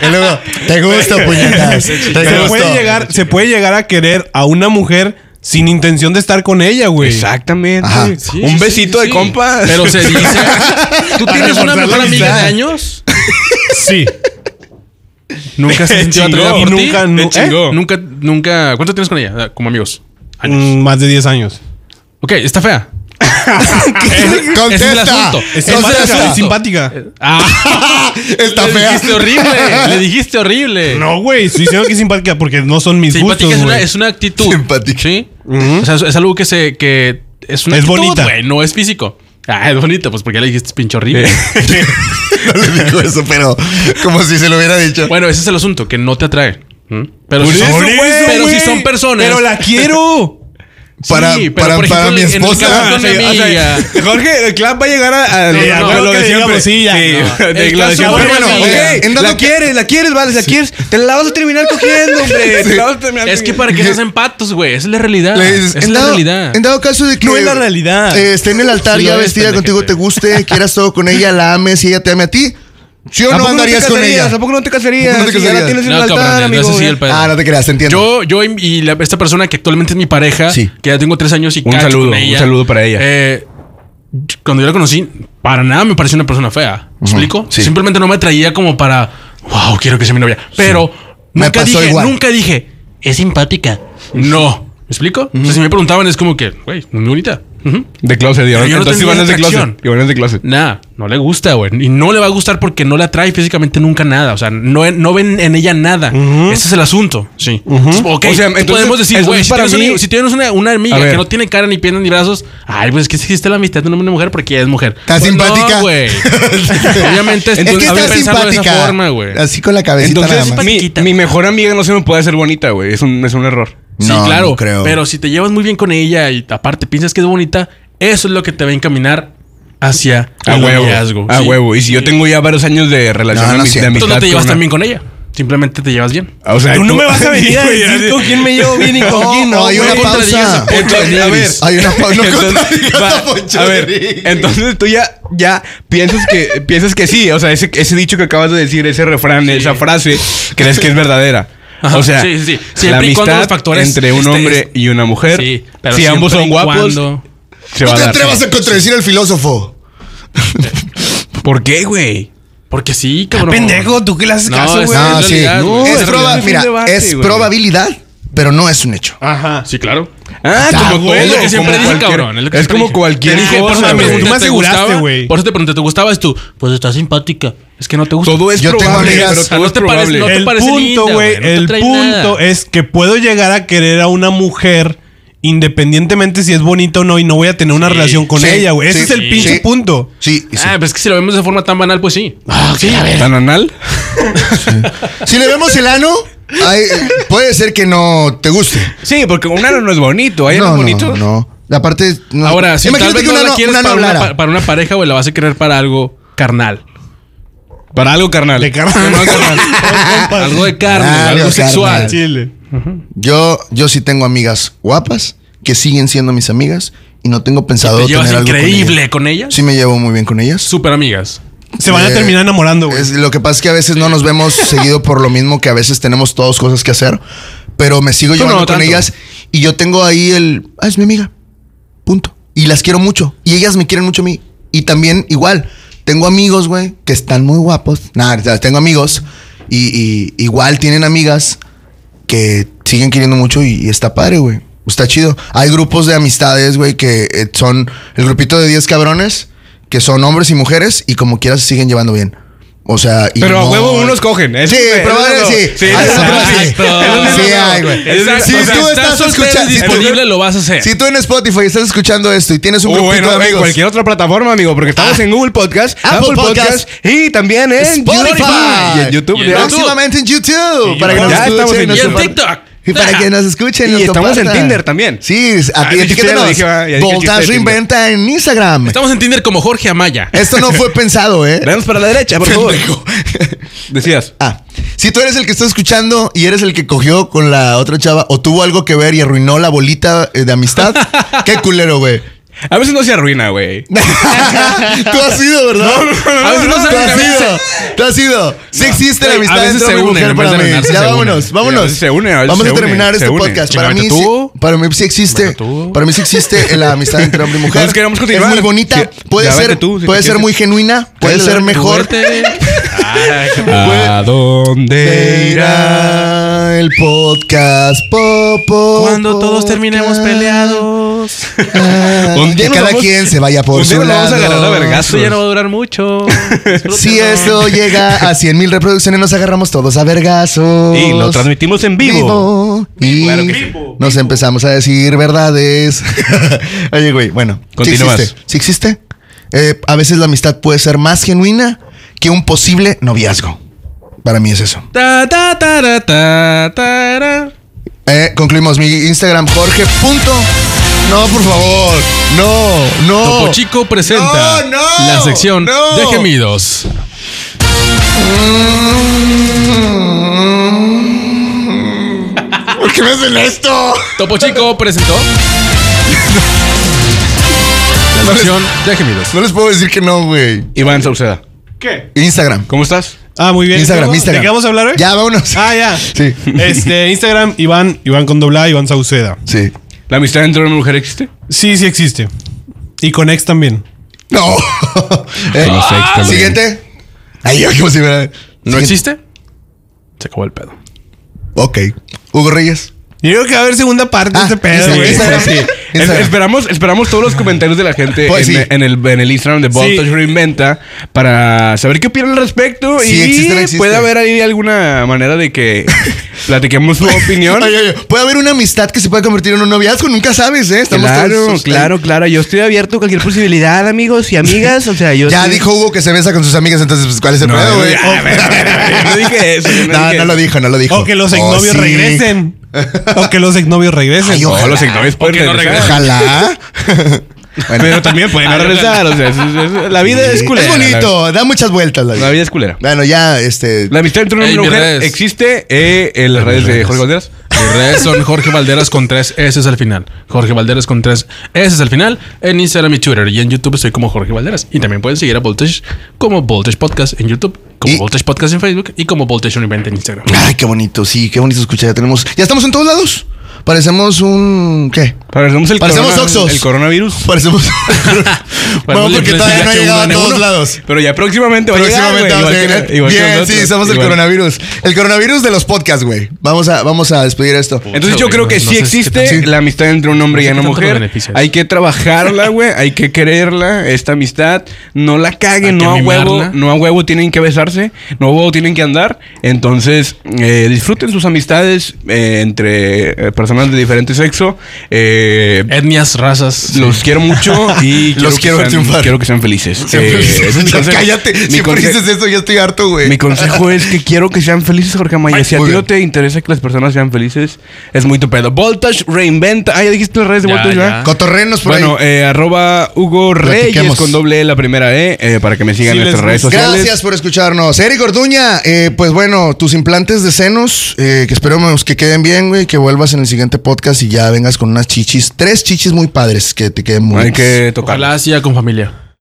Speaker 2: y luego, te gusto, puñetas. Te
Speaker 1: se,
Speaker 2: gusto.
Speaker 1: puede llegar se puede llegar a querer a una mujer sin intención de estar con ella, güey.
Speaker 3: Exactamente.
Speaker 2: Ajá.
Speaker 4: Sí,
Speaker 3: un
Speaker 4: sí,
Speaker 3: besito
Speaker 4: sí,
Speaker 3: de
Speaker 4: sí.
Speaker 3: compa.
Speaker 4: Pero se dice. ¿Tú
Speaker 2: Para
Speaker 4: tienes una
Speaker 2: reforzar la
Speaker 4: mejor amiga de
Speaker 2: amistad.
Speaker 4: años?
Speaker 1: Sí.
Speaker 4: Nunca se sintió
Speaker 1: Chingó.
Speaker 4: atraída por ti.
Speaker 1: Nunca,
Speaker 4: Te
Speaker 1: nu- ¿eh?
Speaker 4: chingó. Nunca, nunca. ¿Cuánto tienes con ella? Ah, Como amigos. Años.
Speaker 1: Mm, más de 10 años.
Speaker 4: Ok, está fea.
Speaker 2: Contesta.
Speaker 4: Ese es el asunto.
Speaker 1: Es
Speaker 4: Ese
Speaker 2: Contesta.
Speaker 4: es el
Speaker 1: simpática.
Speaker 4: asunto.
Speaker 1: es simpática.
Speaker 4: Ah,
Speaker 2: Está
Speaker 4: le
Speaker 2: fea.
Speaker 4: dijiste horrible. Le dijiste horrible.
Speaker 1: No, güey. Estoy diciendo que es simpática porque no son mis
Speaker 4: Simpática
Speaker 1: gustos,
Speaker 4: es, una,
Speaker 1: güey.
Speaker 4: es una actitud.
Speaker 2: Simpática.
Speaker 4: Sí. O sea, es, es algo que se. Que es una
Speaker 1: Es
Speaker 4: actitud,
Speaker 1: bonita.
Speaker 4: güey, no es físico. Ah, es bonita, pues porque le dijiste pinche horrible.
Speaker 2: No le dijo eso, pero como si se lo hubiera dicho.
Speaker 4: Bueno, ese es el asunto, que no te atrae. ¿Mm? Pero,
Speaker 1: Por
Speaker 4: si
Speaker 1: eso,
Speaker 4: son,
Speaker 1: güey,
Speaker 4: pero
Speaker 1: güey.
Speaker 4: si son personas.
Speaker 1: Pero la quiero.
Speaker 2: para-
Speaker 4: pero
Speaker 2: para-
Speaker 4: por
Speaker 2: para mi
Speaker 4: en el
Speaker 2: esposa.
Speaker 4: caso de
Speaker 3: O sea,
Speaker 4: mi
Speaker 3: o sea,
Speaker 4: amiga.
Speaker 3: Jorge, el clan va a llegar a, a-
Speaker 1: Sí,
Speaker 3: a-
Speaker 1: no,
Speaker 3: a
Speaker 1: creo
Speaker 3: lo
Speaker 1: que
Speaker 3: de siempre.
Speaker 1: digamos, sí, ya.
Speaker 3: Sí,
Speaker 1: No.
Speaker 3: de-
Speaker 4: El
Speaker 3: lo de
Speaker 4: caso
Speaker 3: siempre.
Speaker 4: bueno,
Speaker 3: Pero
Speaker 4: ok,
Speaker 3: bueno,
Speaker 2: en
Speaker 3: ok,
Speaker 2: dado
Speaker 3: La
Speaker 2: que-
Speaker 3: quieres, la quieres, vale, la quieres. Te la vas a terminar cogiendo, hombre. Te la vas a terminar
Speaker 4: Es que
Speaker 3: cogiendo.
Speaker 4: para que se hacen patos, güey. Esa es la realidad.
Speaker 2: Le dices,
Speaker 4: Ah, es
Speaker 2: en
Speaker 4: la
Speaker 2: dado-
Speaker 4: realidad.
Speaker 2: En dado caso de que.
Speaker 1: No es la realidad.
Speaker 2: eh, esté en el altar
Speaker 4: Sí lo
Speaker 2: ya
Speaker 4: es,
Speaker 2: vestida contigo, te
Speaker 4: pendejete.
Speaker 2: guste, quieras todo con ella, la ames y ella te ame a ti. ¿Sí o
Speaker 3: ¿A
Speaker 2: no
Speaker 3: poco
Speaker 2: andarías
Speaker 3: te
Speaker 2: con
Speaker 3: casarías?
Speaker 2: ella?
Speaker 3: ¿A poco no te casarías?
Speaker 2: ¿A poco no te
Speaker 3: Si ya la
Speaker 2: casarías?
Speaker 3: tienes en
Speaker 4: No,
Speaker 3: el
Speaker 4: cabrón,
Speaker 3: altar,
Speaker 4: no es
Speaker 3: amigo.
Speaker 4: así el pedo.
Speaker 2: Ah, no te creas, te entiendo.
Speaker 4: Yo, yo y, y la- esta persona que actualmente es mi pareja,
Speaker 2: Sí.
Speaker 4: que ya tengo tres años y
Speaker 3: Un
Speaker 4: cacho
Speaker 3: saludo,
Speaker 4: con
Speaker 3: un
Speaker 4: ella,
Speaker 3: saludo para ella.
Speaker 4: eh, cuando yo la conocí, para nada me pareció una persona fea. ¿Me explico?
Speaker 2: sí.
Speaker 4: Simplemente no me atraía como para, wow, quiero que sea mi novia. Pero
Speaker 2: Me
Speaker 4: nunca
Speaker 2: pasó
Speaker 4: dije,
Speaker 2: igual.
Speaker 4: nunca dije,
Speaker 5: Es simpática.
Speaker 4: no. ¿Me explico? O sea, si me preguntaban es como que, güey, muy bonita. Ujú.
Speaker 3: De closet, Iván.
Speaker 4: Pero yo no
Speaker 3: Entonces
Speaker 4: tengo
Speaker 3: Iván es de
Speaker 4: atracción.
Speaker 3: closet. Iván es de closet.
Speaker 4: Nah, no le gusta, güey. Y no le va a gustar porque no la atrae físicamente nunca nada. O sea, no, no ven en ella nada. Ese es el asunto. Sí. Ok,
Speaker 3: O sea,
Speaker 4: tú
Speaker 3: entonces,
Speaker 4: podemos decir,
Speaker 3: entonces
Speaker 4: güey, si,
Speaker 3: para
Speaker 4: tienes un
Speaker 3: mí-
Speaker 4: amigo- si tienes una, una amiga
Speaker 3: A ver.
Speaker 4: que no tiene cara, ni piernas, ni brazos, ay, pues es que existe la amistad de un hombre y una mujer porque ella es mujer.
Speaker 2: ¿Está
Speaker 4: Pues
Speaker 2: simpática?
Speaker 4: No, güey. Obviamente,
Speaker 2: es que
Speaker 4: entonces,
Speaker 2: está
Speaker 4: pensarlo de
Speaker 2: simpática.
Speaker 4: esa forma, güey.
Speaker 2: Así con la cabecita nada
Speaker 3: Entonces,
Speaker 2: más.
Speaker 3: mi,
Speaker 4: Paquita.
Speaker 3: mi mejor amiga no se me puede hacer bonita, güey. Es un, es un error.
Speaker 4: Sí,
Speaker 2: No,
Speaker 4: claro.
Speaker 2: no creo.
Speaker 4: Pero si te llevas muy bien con ella y aparte piensas que es bonita, eso es lo que te va a encaminar hacia
Speaker 3: A
Speaker 4: el
Speaker 3: huevo.
Speaker 4: noviazgo,
Speaker 3: A
Speaker 4: sí.
Speaker 3: huevo. Y si yo tengo ya varios años de relación
Speaker 2: No, no
Speaker 3: ami-
Speaker 2: es
Speaker 3: de
Speaker 2: cierto.
Speaker 3: amistad.
Speaker 4: Entonces no te llevas
Speaker 3: con
Speaker 4: tan
Speaker 3: una-
Speaker 4: bien con ella. Simplemente te llevas bien.
Speaker 3: O sea,
Speaker 1: Tú no me vas a venir a
Speaker 3: Güey,
Speaker 1: decir con quién me llevo bien y con
Speaker 2: No,
Speaker 1: quién no.
Speaker 2: hay una
Speaker 1: güey.
Speaker 2: pausa.
Speaker 3: Entonces, a ver.
Speaker 2: Hay una pausa. No
Speaker 3: Entonces,
Speaker 2: contradigas
Speaker 3: va-
Speaker 2: a Poncho
Speaker 3: a
Speaker 2: de
Speaker 3: ver,
Speaker 2: Nigris.
Speaker 3: entonces tú ya, ya piensas que piensas que sí, o sea, ese, ese dicho que acabas de decir, ese refrán, esa frase, crees que es verdadera.
Speaker 4: Ajá,
Speaker 3: o sea,
Speaker 4: sí, sí, sí.
Speaker 3: la
Speaker 4: Siempre y cuando
Speaker 3: amistad
Speaker 4: los factores
Speaker 3: entre un
Speaker 4: estén-
Speaker 3: hombre y una mujer,
Speaker 4: Sí,
Speaker 3: si
Speaker 4: siempre
Speaker 3: ambos son
Speaker 4: y
Speaker 3: guapos,
Speaker 4: cuando-
Speaker 3: se va
Speaker 2: No
Speaker 3: a
Speaker 2: te
Speaker 3: dar.
Speaker 2: atrevas a contradecir al filósofo.
Speaker 3: ¿Por qué, güey?
Speaker 4: Porque sí,
Speaker 1: Ah,
Speaker 4: cabrón.
Speaker 1: Pendejo, tú que le haces
Speaker 4: No,
Speaker 1: caso,
Speaker 4: es-
Speaker 1: güey.
Speaker 4: Ah,
Speaker 2: No,
Speaker 4: es
Speaker 2: sí.
Speaker 4: realidad, güey.
Speaker 2: Es
Speaker 4: Es
Speaker 2: proba-
Speaker 3: realidad, es un
Speaker 2: Mira,
Speaker 3: debate,
Speaker 2: es
Speaker 3: güey.
Speaker 2: probabilidad, pero no es un hecho.
Speaker 1: Ajá.
Speaker 4: Sí, claro.
Speaker 3: Ah,
Speaker 2: Ah, güey,
Speaker 3: como todo,
Speaker 2: es lo que
Speaker 3: como
Speaker 4: siempre dije,
Speaker 3: cualquier-
Speaker 4: cabrón, es lo que
Speaker 3: Es
Speaker 4: siempre
Speaker 3: como
Speaker 4: dije.
Speaker 3: cualquier
Speaker 1: Te dije, por
Speaker 3: cosa,
Speaker 1: favor,
Speaker 3: güey.
Speaker 1: me pregunté-
Speaker 4: ¿te
Speaker 1: aseguraste,
Speaker 4: gustaba?
Speaker 1: güey.
Speaker 4: Por eso te pregunté, ¿te gustaba? Es tú, pues está simpática. Es que no te gusta. Ah,
Speaker 3: Todo es
Speaker 2: Yo tengo
Speaker 3: probable,
Speaker 2: amigas-
Speaker 3: pero
Speaker 2: O sea,
Speaker 3: todo
Speaker 4: no
Speaker 3: es
Speaker 4: te parece-
Speaker 3: probable. Eh,
Speaker 4: no te
Speaker 1: el
Speaker 4: parece
Speaker 1: punto,
Speaker 4: linda,
Speaker 1: güey,
Speaker 4: güey, no te
Speaker 1: el
Speaker 4: trae
Speaker 1: punto
Speaker 4: nada.
Speaker 1: es que puedo llegar a querer a una mujer independientemente si es bonita o no y no voy a tener una relación con
Speaker 2: sí,
Speaker 1: ella, güey. Ese
Speaker 2: sí,
Speaker 1: es el
Speaker 2: sí.
Speaker 1: pinche
Speaker 2: sí.
Speaker 1: punto.
Speaker 2: Sí, sí.
Speaker 4: Ah, pues es que si lo vemos de forma tan banal, pues sí.
Speaker 3: ¿Tan anal?
Speaker 4: Ah.
Speaker 2: Si le vemos el ano, Ay, puede ser que no te guste.
Speaker 3: Sí, porque un ano no es bonito. Hay
Speaker 2: no,
Speaker 3: anos
Speaker 2: no,
Speaker 3: bonitos.
Speaker 2: no. La parte. no.
Speaker 4: Ahora, si
Speaker 2: Imagínate
Speaker 4: tal vez
Speaker 2: que
Speaker 4: no
Speaker 2: una
Speaker 4: la
Speaker 2: no-
Speaker 4: quieres
Speaker 2: una no
Speaker 4: para, una,
Speaker 2: hablara.
Speaker 4: pa- para una pareja, güey, la vas a querer para algo carnal.
Speaker 3: Para algo carnal.
Speaker 1: De carnal.
Speaker 3: Para algo carnal.
Speaker 1: Compas.
Speaker 4: Algo de carne,
Speaker 2: Claro,
Speaker 4: algo
Speaker 2: carnal.
Speaker 4: sexual.
Speaker 1: Chile.
Speaker 2: Yo, yo sí tengo amigas guapas que siguen siendo mis amigas y no tengo pensado
Speaker 4: Te llevas
Speaker 2: tener algo
Speaker 4: increíble
Speaker 2: Con
Speaker 4: con ellas.
Speaker 2: ellas. Sí me llevo muy bien con ellas.
Speaker 4: Súper amigas.
Speaker 1: Se van a
Speaker 2: Eh,
Speaker 1: terminar enamorando, güey.
Speaker 2: Es, lo que pasa es que a veces no nos vemos seguido por lo mismo que a veces tenemos todos cosas que hacer, pero me sigo
Speaker 4: Tú
Speaker 2: llevando
Speaker 4: no
Speaker 2: con
Speaker 4: tanto.
Speaker 2: ellas y yo tengo ahí el, ah, es mi amiga. Punto. Y las quiero mucho y ellas me quieren mucho a mí y también igual tengo amigos, güey, que están muy guapos. Nada, o sea, tengo amigos y, y igual tienen amigas que siguen queriendo mucho y, y está padre, güey. Está chido. Hay grupos de amistades, güey, que eh, son el grupito de 10 cabrones, que son hombres y mujeres, y como quieras se siguen llevando bien. O sea, y
Speaker 3: Pero a
Speaker 2: no-
Speaker 3: huevo unos cogen.
Speaker 2: Sí, probablemente sí.
Speaker 3: Sí,
Speaker 2: Ah,
Speaker 3: exacto.
Speaker 2: sí. Sí, hay, güey.
Speaker 3: Exacto.
Speaker 2: Si
Speaker 3: O sea,
Speaker 2: tú
Speaker 4: estás
Speaker 2: estás escuchando, si tú-
Speaker 4: disponible, lo vas a hacer.
Speaker 2: si tú en Spotify estás escuchando esto y tienes un
Speaker 3: O
Speaker 2: grupito
Speaker 3: bueno,
Speaker 2: de
Speaker 3: en
Speaker 2: amigos,
Speaker 3: cualquier otra plataforma, amigo, porque estamos en Google Podcast,
Speaker 2: Apple
Speaker 3: Apple, Podcast,
Speaker 2: Podcast,
Speaker 3: y también en
Speaker 2: Spotify
Speaker 3: Y en YouTube.
Speaker 4: Y en
Speaker 3: ya.
Speaker 4: YouTube.
Speaker 2: próximamente en YouTube,
Speaker 4: Sí,
Speaker 2: para que
Speaker 4: ya
Speaker 2: nos
Speaker 3: estamos
Speaker 2: escuchen,
Speaker 3: en
Speaker 2: nos
Speaker 4: y en
Speaker 3: YouTube.
Speaker 2: compartan.
Speaker 4: TikTok.
Speaker 2: Y para que nos escuchen.
Speaker 3: Y
Speaker 2: nos
Speaker 3: estamos en
Speaker 2: compartan.
Speaker 3: Tinder también.
Speaker 2: Sí,
Speaker 3: Ah,
Speaker 2: aquí
Speaker 3: dije
Speaker 2: etiquétanos.
Speaker 3: Tinder, dije, ah, ya dije
Speaker 2: Voltage
Speaker 3: chiste de Tinder.
Speaker 2: Reinventa en Instagram.
Speaker 4: Estamos en Tinder como Jorge Amaya.
Speaker 2: Esto no fue pensado, ¿eh?
Speaker 3: Danos para la derecha, por favor. Decías.
Speaker 2: Ah, si tú eres el que está escuchando y eres el que cogió con la otra chava o tuvo algo que ver y arruinó la bolita eh, de amistad, qué culero, güey.
Speaker 3: A veces no se arruina, güey.
Speaker 2: tú has sido, ¿verdad?
Speaker 4: no, A veces no no,
Speaker 2: tú
Speaker 4: se
Speaker 2: has
Speaker 4: arruina.
Speaker 2: sido. Tú has sido. Sí existe la
Speaker 3: Güey,
Speaker 2: amistad
Speaker 3: a veces
Speaker 2: entre
Speaker 3: se
Speaker 2: hombre y
Speaker 3: unen,
Speaker 2: mujer
Speaker 3: en vez
Speaker 2: para
Speaker 3: de
Speaker 2: mí.
Speaker 3: arruinarse,
Speaker 2: Ya
Speaker 3: se
Speaker 2: vámonos,
Speaker 3: unen.
Speaker 2: vámonos.
Speaker 3: Sí, a veces se unen, a veces
Speaker 2: Vamos
Speaker 3: se
Speaker 2: a terminar
Speaker 3: unen,
Speaker 2: este
Speaker 3: se unen.
Speaker 2: podcast. Para mí,
Speaker 3: Chingate tú.
Speaker 2: sí, para mí sí existe. Para mí sí existe la amistad entre hombre y mujer.
Speaker 3: Entonces queremos continuar.
Speaker 2: Es muy bonita.
Speaker 3: Sí,
Speaker 2: puede
Speaker 3: ya
Speaker 2: ser,
Speaker 3: vete tú, si
Speaker 2: puede
Speaker 3: te
Speaker 2: ser
Speaker 3: quieres.
Speaker 2: muy genuina. Puede ser mejor.
Speaker 4: Vete. Ay, qué-
Speaker 3: ¿A dónde irá?
Speaker 2: Era el podcast Popo.
Speaker 4: Cuando todos terminemos
Speaker 2: peleados. Un
Speaker 3: día
Speaker 2: que
Speaker 3: nos
Speaker 2: cada
Speaker 3: vamos-
Speaker 2: quien se vaya por
Speaker 3: un día
Speaker 2: su
Speaker 3: nos vamos
Speaker 2: lado.
Speaker 3: a agarrar a vergazos.
Speaker 4: Esto ya no va a durar mucho.
Speaker 2: Si esto llega a 100 mil reproducciones, nos agarramos todos a vergazos.
Speaker 3: Y lo transmitimos en vivo.
Speaker 2: Y
Speaker 3: Claro que sí.
Speaker 2: nos empezamos a decir verdades. Oye, güey, bueno.
Speaker 3: Continúas.
Speaker 2: Si existe. sí existe. Eh, a veces la amistad puede ser más genuina que un posible noviazgo. Para mí es eso.
Speaker 4: Ta, ta, ta, ra, ta, ta, ra.
Speaker 2: Eh, concluimos mi Instagram, Jorge. Punto. No, por favor. No, no.
Speaker 4: Topo Chico presenta
Speaker 2: No, no,
Speaker 4: la sección
Speaker 2: no.
Speaker 4: de gemidos.
Speaker 2: ¿Por qué me hacen esto?
Speaker 4: Topo Chico presentó la sección de gemidos.
Speaker 2: No les puedo decir que no, güey.
Speaker 3: Iván Sauceda.
Speaker 1: ¿Qué?
Speaker 2: Instagram.
Speaker 3: ¿Cómo estás?
Speaker 1: Ah, muy bien.
Speaker 2: Instagram,
Speaker 1: ¿De qué-
Speaker 2: Instagram.
Speaker 1: ¿De qué vamos a hablar hoy?
Speaker 2: Ya, vámonos.
Speaker 1: Ah, ya.
Speaker 2: Sí.
Speaker 1: Este, Instagram, Iván, Iván con doblada, Iván Sauceda.
Speaker 2: Sí.
Speaker 3: ¿La amistad entre una mujer existe?
Speaker 1: Sí, sí existe. Y con ex también.
Speaker 2: No. Eh,
Speaker 3: los ex también.
Speaker 2: Siguiente. Ahí yo como si fuera-
Speaker 4: ¿No
Speaker 2: Siguiente.
Speaker 4: existe? Se acabó el pedo.
Speaker 2: Ok. Hugo Reyes.
Speaker 1: Yo creo que va a haber segunda parte
Speaker 2: Ah,
Speaker 1: de este pedo,
Speaker 2: Instagram,
Speaker 1: güey.
Speaker 2: Instagram.
Speaker 1: Sí.
Speaker 3: Es-
Speaker 2: Instagram.
Speaker 3: esperamos, esperamos todos los comentarios de la gente
Speaker 2: Pues
Speaker 3: en,
Speaker 2: sí.
Speaker 3: en el, en el Instagram de Voltage
Speaker 1: Sí.
Speaker 3: Reinventa para saber qué opinan al respecto
Speaker 2: Sí,
Speaker 3: y
Speaker 2: existe, no existe.
Speaker 3: puede haber ahí alguna manera de que platiquemos su opinión.
Speaker 2: Ay, ay, ay. Puede haber una amistad que se puede convertir en un noviazgo. Nunca sabes, ¿eh? Estamos
Speaker 3: Claro,
Speaker 2: todos-
Speaker 3: claro, claro. Yo estoy abierto a cualquier posibilidad, amigos y amigas. O sea, yo.
Speaker 2: Ya
Speaker 3: estoy-
Speaker 2: dijo Hugo que se besa con sus amigas, entonces, pues, ¿cuál es el
Speaker 3: No,
Speaker 2: problema, güey?
Speaker 3: Ah, ya, a ver, a ver, a ver, no dije eso, yo no
Speaker 2: No,
Speaker 3: dije
Speaker 2: no lo
Speaker 3: eso.
Speaker 2: dijo, no lo dijo.
Speaker 1: O que los
Speaker 2: Oh,
Speaker 1: exnovios
Speaker 2: sí.
Speaker 1: regresen. O que los exnovios regresen.
Speaker 2: Ay,
Speaker 3: No,
Speaker 2: ojalá.
Speaker 3: los ignorantes pueden
Speaker 4: Porque no
Speaker 3: regresar.
Speaker 4: regresan.
Speaker 2: Ojalá. Bueno,
Speaker 3: Pero también pueden no regresar. O sea, es- es- es- la vida es
Speaker 2: sí.
Speaker 3: culera.
Speaker 2: Es bonito, da muchas vueltas la
Speaker 3: La,
Speaker 2: vida.
Speaker 3: la vida es culera.
Speaker 2: Bueno, ya, este.
Speaker 3: La amistad entre una
Speaker 4: Ey, mis
Speaker 3: mujer
Speaker 4: redes.
Speaker 3: existe eh, en las redes de Jorge Valderas.
Speaker 4: Mis redes son Jorge Valderas con tres S al final. Jorge Valderas con tres S al final. En Instagram y Twitter. Y en YouTube estoy como Jorge Valderas. Y también pueden seguir a Voltage como Voltage Podcast en YouTube, como
Speaker 2: Y-
Speaker 4: Voltage Podcast en Facebook y como Voltage Univent en Instagram.
Speaker 2: Ay, qué bonito, sí, qué bonito escuchar. Ya tenemos. Ya estamos en todos lados. Parecemos un. ¿Qué?
Speaker 3: Parecemos el,
Speaker 2: Parecemos
Speaker 3: corona-
Speaker 2: Oxxos.
Speaker 3: el coronavirus.
Speaker 2: Parecemos. bueno,
Speaker 4: la
Speaker 2: porque todavía no ha
Speaker 4: influenza
Speaker 2: llegado a
Speaker 4: H1N1.
Speaker 2: todos lados.
Speaker 3: Pero ya próximamente va a llegar,
Speaker 2: Próximamente
Speaker 3: güey,
Speaker 2: vamos a
Speaker 3: igual que-
Speaker 2: llegar.
Speaker 3: igual que
Speaker 2: Bien,
Speaker 3: nosotros,
Speaker 2: sí, somos el
Speaker 3: igual.
Speaker 2: coronavirus. El coronavirus de los podcasts, güey. Vamos a, vamos a despedir esto.
Speaker 3: Entonces yo
Speaker 4: Puta,
Speaker 3: creo
Speaker 4: güey,
Speaker 3: que
Speaker 4: no
Speaker 3: sí
Speaker 4: sé si
Speaker 3: existe
Speaker 4: qué tanto-
Speaker 3: la amistad entre un hombre
Speaker 4: no sé
Speaker 3: y
Speaker 4: qué
Speaker 3: una
Speaker 4: tanto lo
Speaker 3: mujer.
Speaker 4: beneficias.
Speaker 3: Hay que trabajarla, güey. Hay que quererla, esta amistad. No la
Speaker 4: Hay
Speaker 3: caguen,
Speaker 4: que
Speaker 3: no a huevo.
Speaker 4: mimarla.
Speaker 3: No a huevo tienen que besarse. No a huevo tienen que andar. Entonces, eh, disfruten sus amistades eh, entre eh, personas personas de diferente sexo. Eh,
Speaker 4: Etnias, razas.
Speaker 3: los quiero mucho y
Speaker 2: Los quiero ver
Speaker 3: que sean,
Speaker 2: triunfar.
Speaker 3: quiero que sean felices. Eh, ese es mi consejo.
Speaker 2: Cállate.
Speaker 3: Mi
Speaker 2: Siempre
Speaker 3: conse-
Speaker 2: dices eso, ya estoy harto, güey.
Speaker 3: mi consejo es que quiero que sean felices, Jorge Amaya. Si a
Speaker 2: Muy
Speaker 3: ti no
Speaker 2: bien.
Speaker 3: te interesa que las personas sean felices, es muy tu pedo. Voltage reinventa. Ah, ya dijiste las redes de
Speaker 4: Ya,
Speaker 3: Voltage,
Speaker 4: ya.
Speaker 3: ¿verdad?
Speaker 2: Cotorrenos por
Speaker 3: Bueno,
Speaker 2: ahí.
Speaker 3: eh, arroba Hugo Reyes
Speaker 2: Platiquemos.
Speaker 3: con doble E la primera E eh, para que me sigan
Speaker 1: Sí,
Speaker 3: en
Speaker 1: les
Speaker 3: nuestras redes
Speaker 1: gusta.
Speaker 3: sociales.
Speaker 2: Gracias por escucharnos. Eric Orduña, eh, pues bueno, tus implantes de senos, eh, que esperemos que queden bien, güey, que vuelvas en el siguiente podcast y ya vengas con unas chichis, tres chichis muy padres que te queden muy
Speaker 3: Hay
Speaker 2: bien.
Speaker 3: que tocar.
Speaker 4: Ojalá sea con familia.